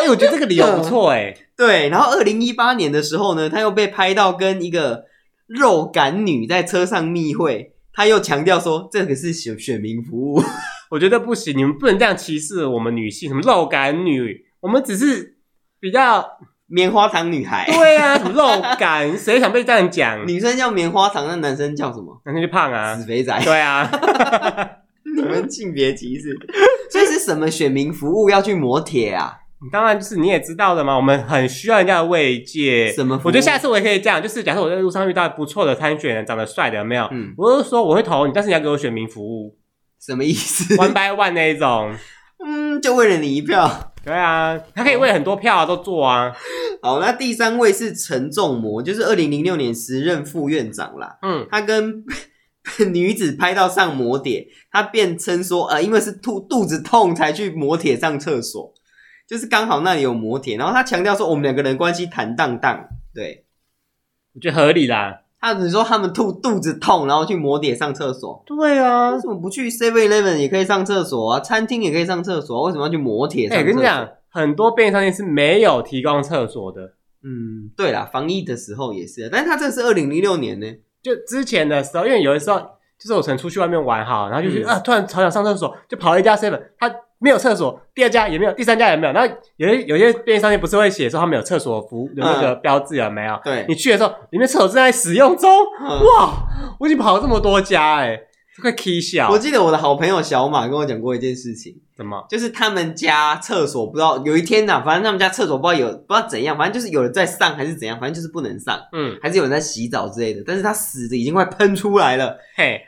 [SPEAKER 1] 哎，我觉得这个理
[SPEAKER 2] 嗯
[SPEAKER 1] 由不错哎。”
[SPEAKER 2] 对，然后二零一八年的时候呢，他又被拍到跟一个肉感女在车上密会，他又强调说这个是选选民服务。
[SPEAKER 1] 我觉得不行，你们不能这样歧视我们女性，什么肉感女，我们只是比较
[SPEAKER 2] 棉花糖女孩，
[SPEAKER 1] 对啊，什么肉感，谁想被这样讲？
[SPEAKER 2] 女生叫棉花糖，那男生叫什么？
[SPEAKER 1] 男生就胖啊
[SPEAKER 2] 死，肥 仔，
[SPEAKER 1] 对啊，
[SPEAKER 2] 你们性别歧视。所以是什么选民服务要去磨铁啊？
[SPEAKER 1] 当然就是你也知道的嘛，我们很需要人家的慰藉。
[SPEAKER 2] 什么服务
[SPEAKER 1] 我觉得下次我也可以这样，就是假设我在路上遇到不错的参选人，长得帅的，有没有？
[SPEAKER 2] 嗯，
[SPEAKER 1] 我就说我会投你，但是你要给我选民服 务
[SPEAKER 2] 什么意思？
[SPEAKER 1] ，one by one 那一种。
[SPEAKER 2] 嗯， 就为了你一票。
[SPEAKER 1] 对啊，他可以为很多票啊都做啊。
[SPEAKER 2] 好，那第三位是陈仲谋，就是二零零六年时任副院长啦。
[SPEAKER 1] 嗯，
[SPEAKER 2] 他跟 女子拍到上摩铁，他辩称说，呃，因为是肚肚子痛才去摩铁上厕所，就是刚好那里有摩铁。然后他强调说，我们两个人关系坦荡荡。对
[SPEAKER 1] 我觉得合理啦。
[SPEAKER 2] 他，你说他们肚肚子痛，然后去摩铁上厕所，
[SPEAKER 1] 对啊
[SPEAKER 2] 为，什么不去 Seven Eleven 也可以上厕所啊？餐厅也可以上厕所啊、为什么要去摩铁
[SPEAKER 1] 哎、
[SPEAKER 2] 上
[SPEAKER 1] 我
[SPEAKER 2] 厕所？
[SPEAKER 1] 跟你讲，很多便利商店是没有提供厕所的。
[SPEAKER 2] 嗯，对啦，防疫的时候也是，啊但是他这是二零零六年呢、
[SPEAKER 1] 就之前的时候，因为有的时候就是我曾出去外面玩哈，然后就是、
[SPEAKER 2] 嗯
[SPEAKER 1] 啊，突然好想上厕所，就跑了一家 seven，他没有厕所，第二家也没有，第三家也没有。然后有些有些便利商店不是会写说他们有厕所服务的那个标志有没有？
[SPEAKER 2] 对
[SPEAKER 1] 你去的时候，里面厕所正在使用中，
[SPEAKER 2] 嗯
[SPEAKER 1] 哇！我已经跑了这么多家哎、欸，快 k 笑
[SPEAKER 2] 我，记得我的好朋友小马跟我讲过一件事情。
[SPEAKER 1] 怎么？
[SPEAKER 2] 就是他们家厕所不知道有一天呐、反正他们家厕所不知道有不知道怎样，反正就是有人在上还是怎样，反正就是不能上，
[SPEAKER 1] 嗯，
[SPEAKER 2] 还是有人在洗澡之类的。但是他死的已经快喷出来了，
[SPEAKER 1] 嘿，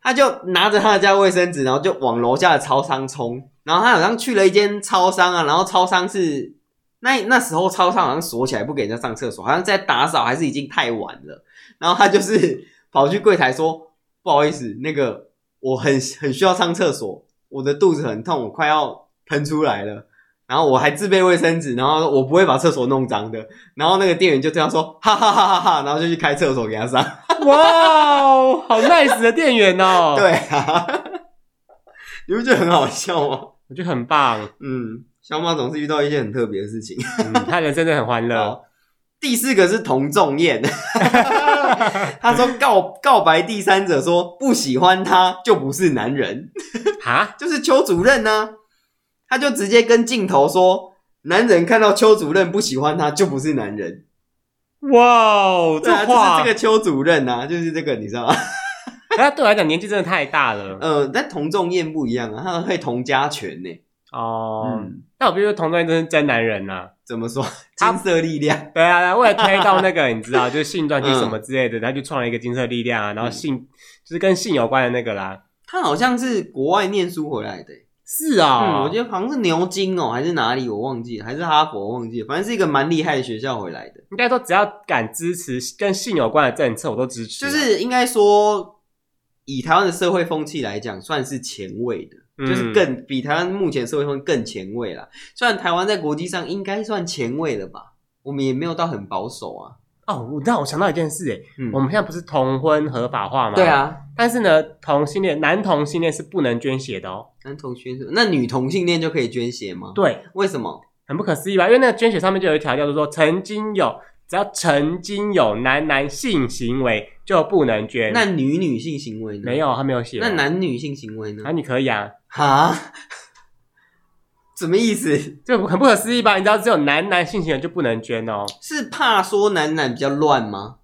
[SPEAKER 2] 他就拿着他的家卫生纸，然后就往楼下的超商冲。然后他好像去了一间超商啊，然后超商是那那时候超商好像锁起来不给人家上厕所，好像在打扫，还是已经太晚了。然后他就是 跑去柜台说：“不好意思，那个我很很需要上厕所，我的肚子很痛，我快要喷出来了。”然后我还自备卫生纸，然后他说我不会把厕所弄脏的。然后那个店员就这样说，哈哈哈哈哈，然后就去开厕所给他上。
[SPEAKER 1] 哇哦，好 nice 的店员哦，，
[SPEAKER 2] 对啊， 你不觉得很好笑吗？
[SPEAKER 1] 我觉得很棒，
[SPEAKER 2] 嗯，小马总是遇到一些很特别的事情。
[SPEAKER 1] 嗯，他人真的很欢乐，
[SPEAKER 2] 好，第四个是童仲彦， 他说告告白第三者说不喜欢他就不是男人，
[SPEAKER 1] 哈，
[SPEAKER 2] 就是邱主任呢、他就直接跟镜头说，男人看到邱主任不喜欢他就不是男人。
[SPEAKER 1] 哇哦，
[SPEAKER 2] 对啊，
[SPEAKER 1] 话
[SPEAKER 2] 就是这个邱主任啊，就是这个你知道吗？
[SPEAKER 1] 他对我来讲年纪真的太大了。
[SPEAKER 2] 呃，但童仲彦不一样啊，他会童家拳呢、
[SPEAKER 1] 哦，
[SPEAKER 2] 嗯，
[SPEAKER 1] 那我必须说，同性恋真是真男人呐、
[SPEAKER 2] 怎么说？
[SPEAKER 1] 他
[SPEAKER 2] 金色力量。
[SPEAKER 1] 对啊，为了推动 那个，你知道，就是性专题什
[SPEAKER 2] 嗯
[SPEAKER 1] 么之类的，他就创了一个金色力量啊，然后性、就是跟性有关的那个啦。
[SPEAKER 2] 他好像是国外念书回来的、欸
[SPEAKER 1] 是啊、
[SPEAKER 2] 嗯，我觉得好像是牛津哦、还是哪里，我忘记了，还是哈佛，我忘记了，反正是一个蛮厉害的学校回来的。
[SPEAKER 1] 应该说只要敢支持跟性有关的政策，我都支持
[SPEAKER 2] 就
[SPEAKER 1] 啊。
[SPEAKER 2] 是应该说，以台湾的社会风气来讲，算是前卫的，就是
[SPEAKER 1] 嗯
[SPEAKER 2] 更比台湾目前社会风气更前卫啦。虽然台湾在国际上应该算前卫了吧，我们也没有到很保守啊。
[SPEAKER 1] 哦，我让我想到一件事，哎，
[SPEAKER 2] 嗯
[SPEAKER 1] 我们现在不是同婚合法化吗？
[SPEAKER 2] 对。啊，
[SPEAKER 1] 但是呢，同性恋男同性恋是不能捐血的哦。
[SPEAKER 2] 男同性那女同性恋就可以捐血吗？
[SPEAKER 1] 对，
[SPEAKER 2] 为什么？
[SPEAKER 1] 很不可思议吧？因为那个捐血上面就有一条叫做说，曾经有只要曾经有男男性行为就不能捐。
[SPEAKER 2] 那女女性行为呢？
[SPEAKER 1] 没。有，他没有写哦。
[SPEAKER 2] 那男女性行为呢
[SPEAKER 1] 啊，？你可以啊，
[SPEAKER 2] 哈？ 什么意思？
[SPEAKER 1] 这很不可思议吧？你知道只有男男性行为就不能捐哦？
[SPEAKER 2] 是怕说男男比较乱吗？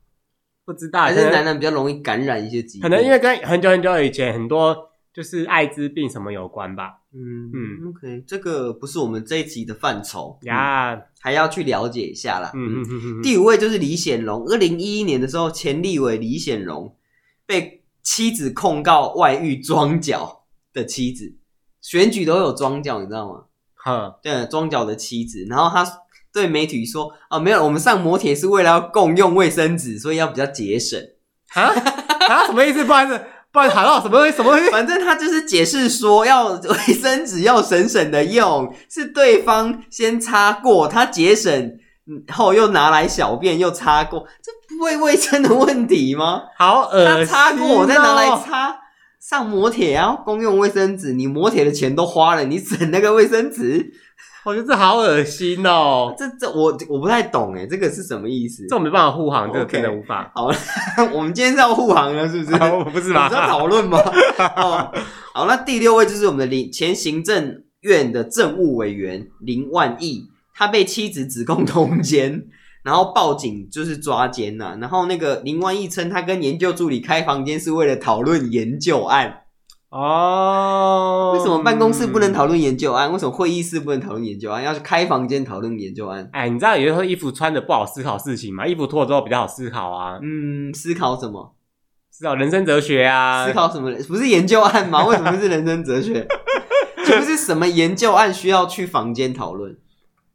[SPEAKER 1] 不知道，
[SPEAKER 2] 还
[SPEAKER 1] 可
[SPEAKER 2] 是
[SPEAKER 1] 能
[SPEAKER 2] 男男比较容易感染一些疾病？
[SPEAKER 1] 可能因为跟很久很久以前很多就是艾滋病什么有关吧。
[SPEAKER 2] 嗯
[SPEAKER 1] 嗯
[SPEAKER 2] 嗯，OK，这个不是我们这一集的范畴，嗯
[SPEAKER 1] 呀，
[SPEAKER 2] 还要去了解一下啦。
[SPEAKER 1] 嗯嗯
[SPEAKER 2] 嗯，
[SPEAKER 1] 嗯嗯，嗯
[SPEAKER 2] 第五位就是李显荣，二零一一年的时候，前立委李显荣被妻子控告外遇装脚的妻子，选举都有装脚，你知道吗？
[SPEAKER 1] 呵，
[SPEAKER 2] 对，装呃脚的妻子，然后他对媒体说：“啊，没有，我们上摩铁是为了要共用卫生纸，所以要比较节省。”
[SPEAKER 1] 啊啊，什么意思？不好意思，不好意思，喊到什么东西？什么东西？
[SPEAKER 2] 反正他就是解释说，要 卫生纸要省省的用，是对方先擦过，他节省嗯后又拿来小便又擦过，这不会卫生的问题吗？
[SPEAKER 1] 好恶
[SPEAKER 2] 他
[SPEAKER 1] 心、哦！
[SPEAKER 2] 擦过，我再拿来擦。上摩铁啊，公用卫生纸，你摩铁的钱都花了，你省那个卫生纸，
[SPEAKER 1] 我觉得这好恶心哦，
[SPEAKER 2] 这这我我不太懂哎，这个是什么意思
[SPEAKER 1] 这？我没办法护航，这个
[SPEAKER 2] OK
[SPEAKER 1] 真的无法。
[SPEAKER 2] 我们今天是要护航了，是不是？
[SPEAKER 1] 啊我不是吧
[SPEAKER 2] 我们？在讨论吗？ 哦，好，那第六位就是我们的林前行政院的政务委员林万亿，他被妻子指控通奸， 然后报警就是抓奸呐、然后那个林万亿称他跟研究助理开房间是为了讨论研究案，
[SPEAKER 1] 哦，
[SPEAKER 2] 为什么办公室不能讨论研究案？为什么会议室不能讨论研究案？要去开房间讨论研究案？
[SPEAKER 1] 哎，你知道有时候衣服穿着不好思考事情嘛？衣服脱了之后比较好思考啊，
[SPEAKER 2] 嗯，思考什么？
[SPEAKER 1] 思考人生哲学啊。
[SPEAKER 2] 思考什么？不是研究案吗？ 为什么是人生 哲学？就不是什么研究案需要去房间讨论？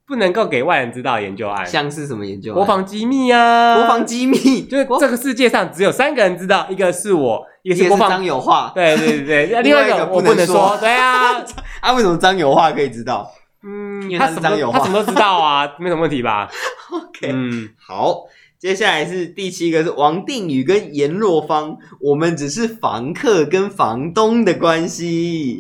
[SPEAKER 1] 不能够给外人知道研究案，
[SPEAKER 2] 像是什么研究
[SPEAKER 1] 哎
[SPEAKER 2] 案？
[SPEAKER 1] 国防机密啊，
[SPEAKER 2] 国防 机密，
[SPEAKER 1] 就是
[SPEAKER 2] 国
[SPEAKER 1] 这个世界上只有三个人知道，一个是我，一个
[SPEAKER 2] 也
[SPEAKER 1] 是
[SPEAKER 2] 是
[SPEAKER 1] 国防
[SPEAKER 2] 张。友化
[SPEAKER 1] 对对对对，
[SPEAKER 2] 另
[SPEAKER 1] 另
[SPEAKER 2] 外
[SPEAKER 1] 外
[SPEAKER 2] 一
[SPEAKER 1] 一
[SPEAKER 2] 个
[SPEAKER 1] 个我
[SPEAKER 2] 不能
[SPEAKER 1] 能
[SPEAKER 2] 说
[SPEAKER 1] 说，对 啊，
[SPEAKER 2] 啊？为什么张友化可以知道
[SPEAKER 1] 嗯
[SPEAKER 2] 因为，他
[SPEAKER 1] 他
[SPEAKER 2] 是
[SPEAKER 1] 什
[SPEAKER 2] 张
[SPEAKER 1] 么
[SPEAKER 2] 友
[SPEAKER 1] 都
[SPEAKER 2] 华
[SPEAKER 1] 他什么都知道啊，没什么问题吧？
[SPEAKER 2] ？OK，、
[SPEAKER 1] 嗯，
[SPEAKER 2] 好，接下来是第七个是王定宇跟阎若芳，我们只是房客跟房东的关系，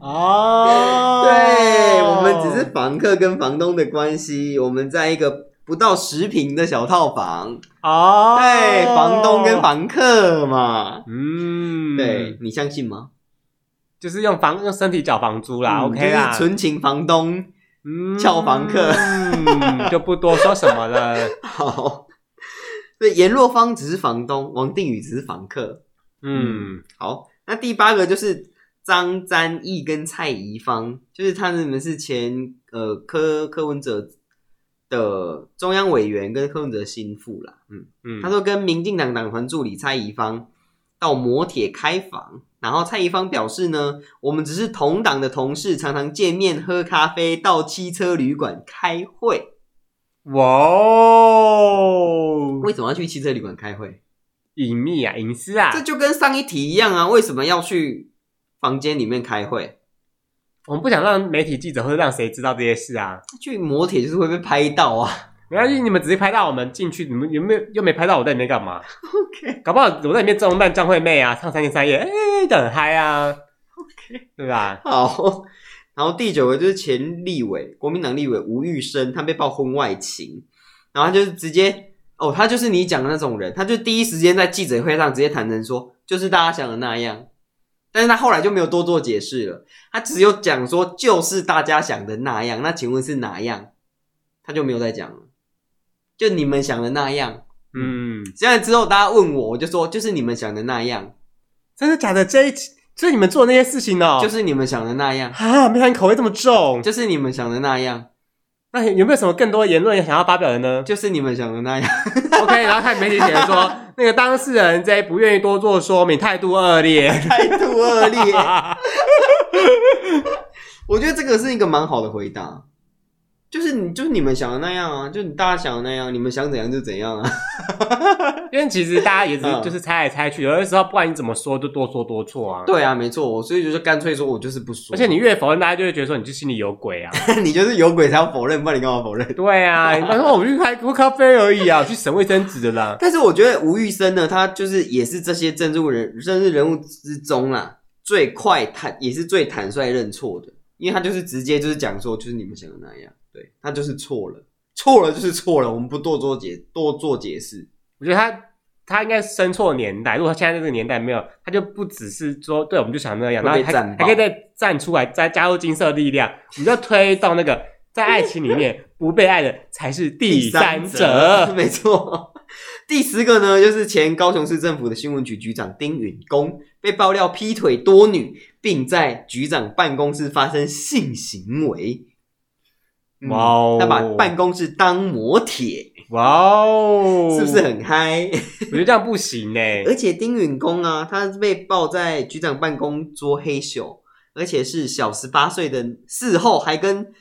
[SPEAKER 1] 哦
[SPEAKER 2] 对我们只是房客跟房东的关系，我们在一个。不到十平的小套房，
[SPEAKER 1] 哦，
[SPEAKER 2] 对，房东跟，房客嘛，
[SPEAKER 1] 嗯，
[SPEAKER 2] 对，你相信吗？
[SPEAKER 1] 就是用房用身体缴房租啦
[SPEAKER 2] 嗯
[SPEAKER 1] ，OK 啦
[SPEAKER 2] 就是，纯情房东，
[SPEAKER 1] 嗯
[SPEAKER 2] 俏房客
[SPEAKER 1] 嗯， 就不多说什么 了。
[SPEAKER 2] 好，所以阎若芳只是房东，王定宇只是房客。
[SPEAKER 1] 嗯，
[SPEAKER 2] 好，那第八个就是张瞻义跟蔡宜芳，就是他们是前呃柯柯文哲的中央委员跟柯文哲心腹啦。嗯，
[SPEAKER 1] 嗯
[SPEAKER 2] 他说跟民进党党团助理蔡宜芳到摩铁开房，然后蔡宜芳表示呢，我们只是同党的同事，常常见面喝咖啡，到汽车旅馆开会。
[SPEAKER 1] 哇哦，
[SPEAKER 2] 为什么要去汽车旅馆开会？
[SPEAKER 1] 隐秘啊，隐私啊，
[SPEAKER 2] 这就跟上一题一样啊，为什么要去房间里面开会？
[SPEAKER 1] 我们不想让媒体记者或者让谁知道这些事啊。
[SPEAKER 2] 去磨铁就是会被拍到啊。
[SPEAKER 1] 没关系，你们只是拍到我们进去，你们有没有又没拍到我在里面干嘛
[SPEAKER 2] OK
[SPEAKER 1] 搞不好我在里面装扮张惠妹啊，唱三天三夜，哎、的很嗨啊
[SPEAKER 2] OK
[SPEAKER 1] 对吧？
[SPEAKER 2] 好，然后第九个就是前立委，国民党立委吴玉生，他被曝婚外情，然后他就是直接哦，他就是你讲的那种人，他就第一时间在记者会上直接坦诚说，就是大家想的那样。但是他后来就没有多做解释了，他只有讲说就是大家想的那样。那请问是哪样？他就没有再讲了，就你们想的那样。
[SPEAKER 1] 嗯，
[SPEAKER 2] 现在之后大家问我，我就说就是你们想的那样，
[SPEAKER 1] 真的假的？这一期所以你们做那些事情哦，
[SPEAKER 2] 就是你们想的那样，
[SPEAKER 1] 啊，没想到你口味这么重。
[SPEAKER 2] 就是你们想的那样，
[SPEAKER 1] 那有没有什么更多言论想要发表的呢
[SPEAKER 2] 就是你们想的那样。
[SPEAKER 1] ？OK，然后看媒体写的说，那个当事人 J 不愿意多做说明，态度恶劣。
[SPEAKER 2] 态度恶劣， 我觉得这个是一个蛮好的回答。就是你就是你们想的那样啊，就你大家想的那样，你们想怎样就怎样啊。
[SPEAKER 1] 因为其实大家也只是
[SPEAKER 2] 嗯
[SPEAKER 1] 就是猜来猜去，有的时候不管你怎么说，就多说多错啊。，
[SPEAKER 2] 对啊，没错，我所以就是干脆说我就是不说，
[SPEAKER 1] 而且你越否认，大家就会觉得说你就心里有鬼啊。
[SPEAKER 2] 你就是有鬼才要否认，不然你干嘛否认？
[SPEAKER 1] 对啊，你说我去开喝咖啡而已啊，我去省卫生纸的啦。
[SPEAKER 2] 但是我觉得吴玉生呢，他就是也是这些政治人政治人物之中啦，最快坦也是最坦率认错的，因为他就是直接就是讲说，就是你们想的那样，对他就是错了，错了就是错了，我们不多做解多做解释。
[SPEAKER 1] 我觉得他他应该生错年代，如果他现在这个年代没有，他就不只是说对我们就想那样，
[SPEAKER 2] 会
[SPEAKER 1] 然
[SPEAKER 2] 被
[SPEAKER 1] 后还
[SPEAKER 2] 战
[SPEAKER 1] 还
[SPEAKER 2] 爆
[SPEAKER 1] 可以再站出来，再加入金色力量，你就推动那个在爱情里面不被爱的才是第三者。
[SPEAKER 2] 没错。第十个呢，就是前高雄市政府的新闻局局长丁允恭被爆料劈腿多女，并在局长办公室发生性行为。嗯
[SPEAKER 1] 哇哦
[SPEAKER 2] 他把办公室当磨铁，
[SPEAKER 1] 哇哦，
[SPEAKER 2] 是不是？很嗨？
[SPEAKER 1] 我觉得这样不行呢、欸
[SPEAKER 2] 而且丁允恭啊，他被爆在局长办公桌黑咻，而且是小十八岁的，事后还跟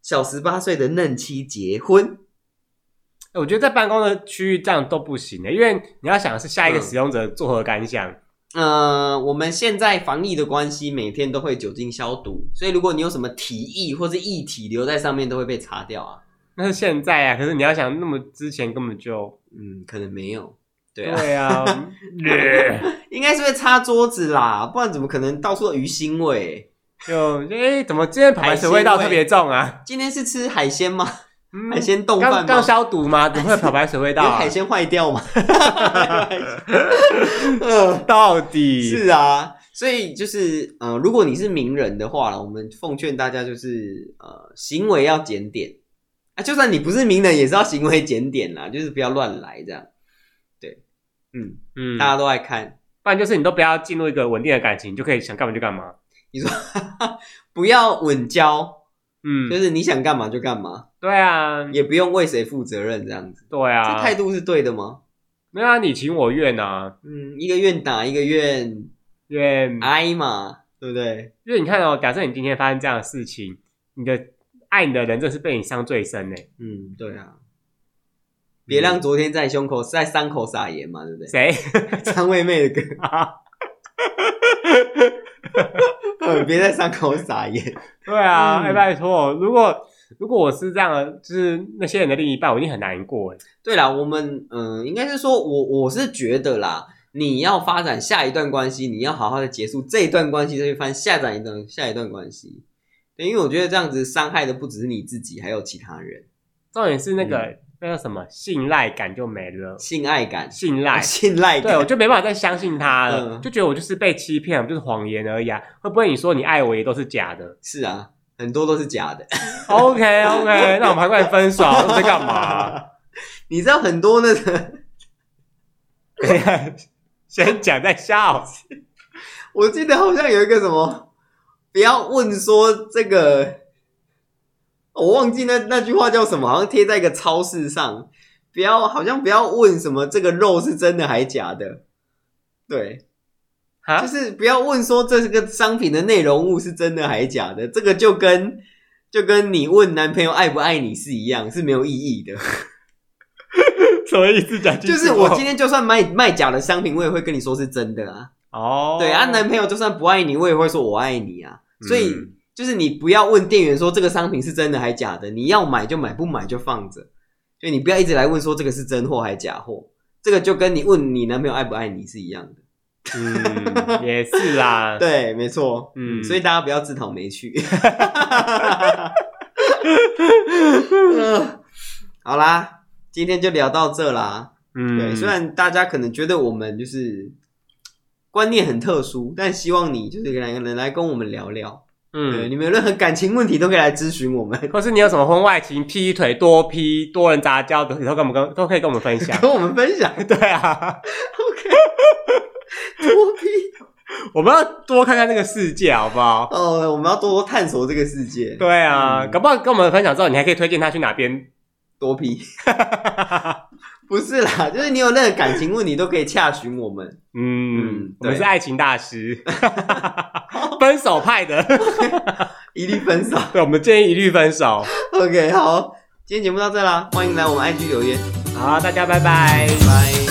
[SPEAKER 2] 小十八岁的嫩妻结婚。
[SPEAKER 1] 我觉得在办公的区域这样都不行欸呢、因为你要想的是下一个
[SPEAKER 2] 嗯
[SPEAKER 1] 使用者作何感想。
[SPEAKER 2] 呃，我们现在防疫的关系，每天都会酒精消毒，所以如果你有什么体液或是液体留在上面，都会被擦掉啊。
[SPEAKER 1] 那是现在啊，可是你要想，那么之前根本就
[SPEAKER 2] 嗯，可能没有。对啊，
[SPEAKER 1] 对啊， 嗯
[SPEAKER 2] 应该是会擦桌子啦，不然怎么可能到处都鱼腥味？
[SPEAKER 1] 就哎、怎么今天排水味道特别重啊？
[SPEAKER 2] 今天是吃海鲜吗？
[SPEAKER 1] 嗯
[SPEAKER 2] 海鲜冻
[SPEAKER 1] 刚
[SPEAKER 2] 饭
[SPEAKER 1] 刚
[SPEAKER 2] 吗？
[SPEAKER 1] 消毒吗？怎么会有漂白水味道、
[SPEAKER 2] 有
[SPEAKER 1] 啊
[SPEAKER 2] 海？鲜坏掉吗？ 呃
[SPEAKER 1] 到底
[SPEAKER 2] 是啊，所以就是呃，如果你是名人的话啦，我们奉劝大家就是呃，行为要检点啊，就算你不是名人，也是要行为检点啦，就是不要乱来这样。对，嗯，
[SPEAKER 1] 嗯，
[SPEAKER 2] 大家都爱看，
[SPEAKER 1] 不然就是你都不要进入一个稳定的感情，你就可以想干嘛就干嘛。
[SPEAKER 2] 你说不要稳交，就
[SPEAKER 1] 嗯，
[SPEAKER 2] 是你想干嘛就干嘛，
[SPEAKER 1] 对啊，
[SPEAKER 2] 也不用为谁负责任这样子，
[SPEAKER 1] 对
[SPEAKER 2] 这
[SPEAKER 1] 啊，
[SPEAKER 2] 态度是对的吗？
[SPEAKER 1] 没有啊，你情我愿啊，
[SPEAKER 2] 嗯，一个愿打，一个
[SPEAKER 1] 嗯
[SPEAKER 2] 愿
[SPEAKER 1] 因为
[SPEAKER 2] 挨嘛，对不对？
[SPEAKER 1] 因为你看哦，假设你今天发生这样的事情，你的爱你的人真的是被你伤最深呢。
[SPEAKER 2] 嗯，对啊。别
[SPEAKER 1] 嗯
[SPEAKER 2] 让昨天在胸口、在伤口撒盐嘛，对不对？
[SPEAKER 1] 谁？
[SPEAKER 2] 张惠妹的歌，呃别在伤口撒盐。
[SPEAKER 1] 对啊，
[SPEAKER 2] 嗯
[SPEAKER 1] 哎、拜托，如果如果我是这样的，就是那些人的另一半，我一定很难过哎。
[SPEAKER 2] 对啦，我们嗯、呃应该是说我我是觉得啦，你要发展下一段关系，你要好好的结束这一段关系，再去翻下展一段下一段关系。对，因为我觉得这样子伤害的不只是你自己，还有其他人，
[SPEAKER 1] 重点是那个、
[SPEAKER 2] 嗯
[SPEAKER 1] 那个什么信赖感就没了，
[SPEAKER 2] 性爱感、
[SPEAKER 1] 信赖
[SPEAKER 2] 信赖
[SPEAKER 1] 对，我
[SPEAKER 2] 感。
[SPEAKER 1] 就没办法再相信他了，
[SPEAKER 2] 嗯
[SPEAKER 1] 就觉得我就是被欺骗，就是谎言而已啊。会不会你说你爱我也都是假的
[SPEAKER 2] 是啊，很多都是假的。
[SPEAKER 1] ？OK OK，那我们还快分手，我在干嘛？
[SPEAKER 2] 你知道很多那个。
[SPEAKER 1] 等一下先讲再笑，
[SPEAKER 2] 我记得好像有一个什么，不要问说这个，我忘记那那句话叫什么，好像贴在一个超市上，不要好像不要问什么这个肉是真的还假的，对，
[SPEAKER 1] 啊
[SPEAKER 2] 就，是不要问说这个商品的内容物是真的还假的，这个就跟就跟你问男朋友爱不爱你是一样，是没有意义的。
[SPEAKER 1] 什么意思？讲清
[SPEAKER 2] 就
[SPEAKER 1] 楚
[SPEAKER 2] 是我今天就算卖卖假的商品，我也会跟你说是真的啊。
[SPEAKER 1] 哦，
[SPEAKER 2] 对啊，男朋友就算不爱你，我也会说我爱你啊。所以、
[SPEAKER 1] 嗯
[SPEAKER 2] 就是你不要问店员说这个商品是真的还假的，你要买就买，不买就放着。所以你不要一直来问说这个是真货还假货，这个就跟你问你男朋友爱不爱你是一样的。
[SPEAKER 1] 嗯也是啦，
[SPEAKER 2] 对，没错。
[SPEAKER 1] 嗯
[SPEAKER 2] 嗯，所以大家不要自讨 没趣。 呃好啦，今天就聊到这啦。
[SPEAKER 1] 嗯，
[SPEAKER 2] 对，虽然大家可能觉得我们就是观念很特殊，但希望你就是两个人来跟我们聊聊。对，
[SPEAKER 1] 嗯。
[SPEAKER 2] 你们有任何感情问题都可以来咨询 我们，。
[SPEAKER 1] 或是你有什么婚外情、劈腿、多劈、多人杂交的，都跟我们跟都可以跟我们分享
[SPEAKER 2] 跟我们分享。
[SPEAKER 1] 对啊，
[SPEAKER 2] 多批
[SPEAKER 1] 我们要多看看这个世界，好不好？
[SPEAKER 2] 哦，我们要多多探索这个世界。
[SPEAKER 1] 对啊，
[SPEAKER 2] 嗯
[SPEAKER 1] 搞不好跟我们分享之后，你还可以推荐他去哪边。
[SPEAKER 2] 多批， 不是啦，就是你有任何感情问题都可以洽询我们。
[SPEAKER 1] 嗯，
[SPEAKER 2] 嗯
[SPEAKER 1] 我们
[SPEAKER 2] 对
[SPEAKER 1] 是爱情大师，分手派的。
[SPEAKER 2] 一律分手。
[SPEAKER 1] 对，我们建议一律分手。
[SPEAKER 2] OK，好，今天节目到这啦，欢迎来我们 IG 留言，
[SPEAKER 1] 好，大家拜拜。
[SPEAKER 2] 拜。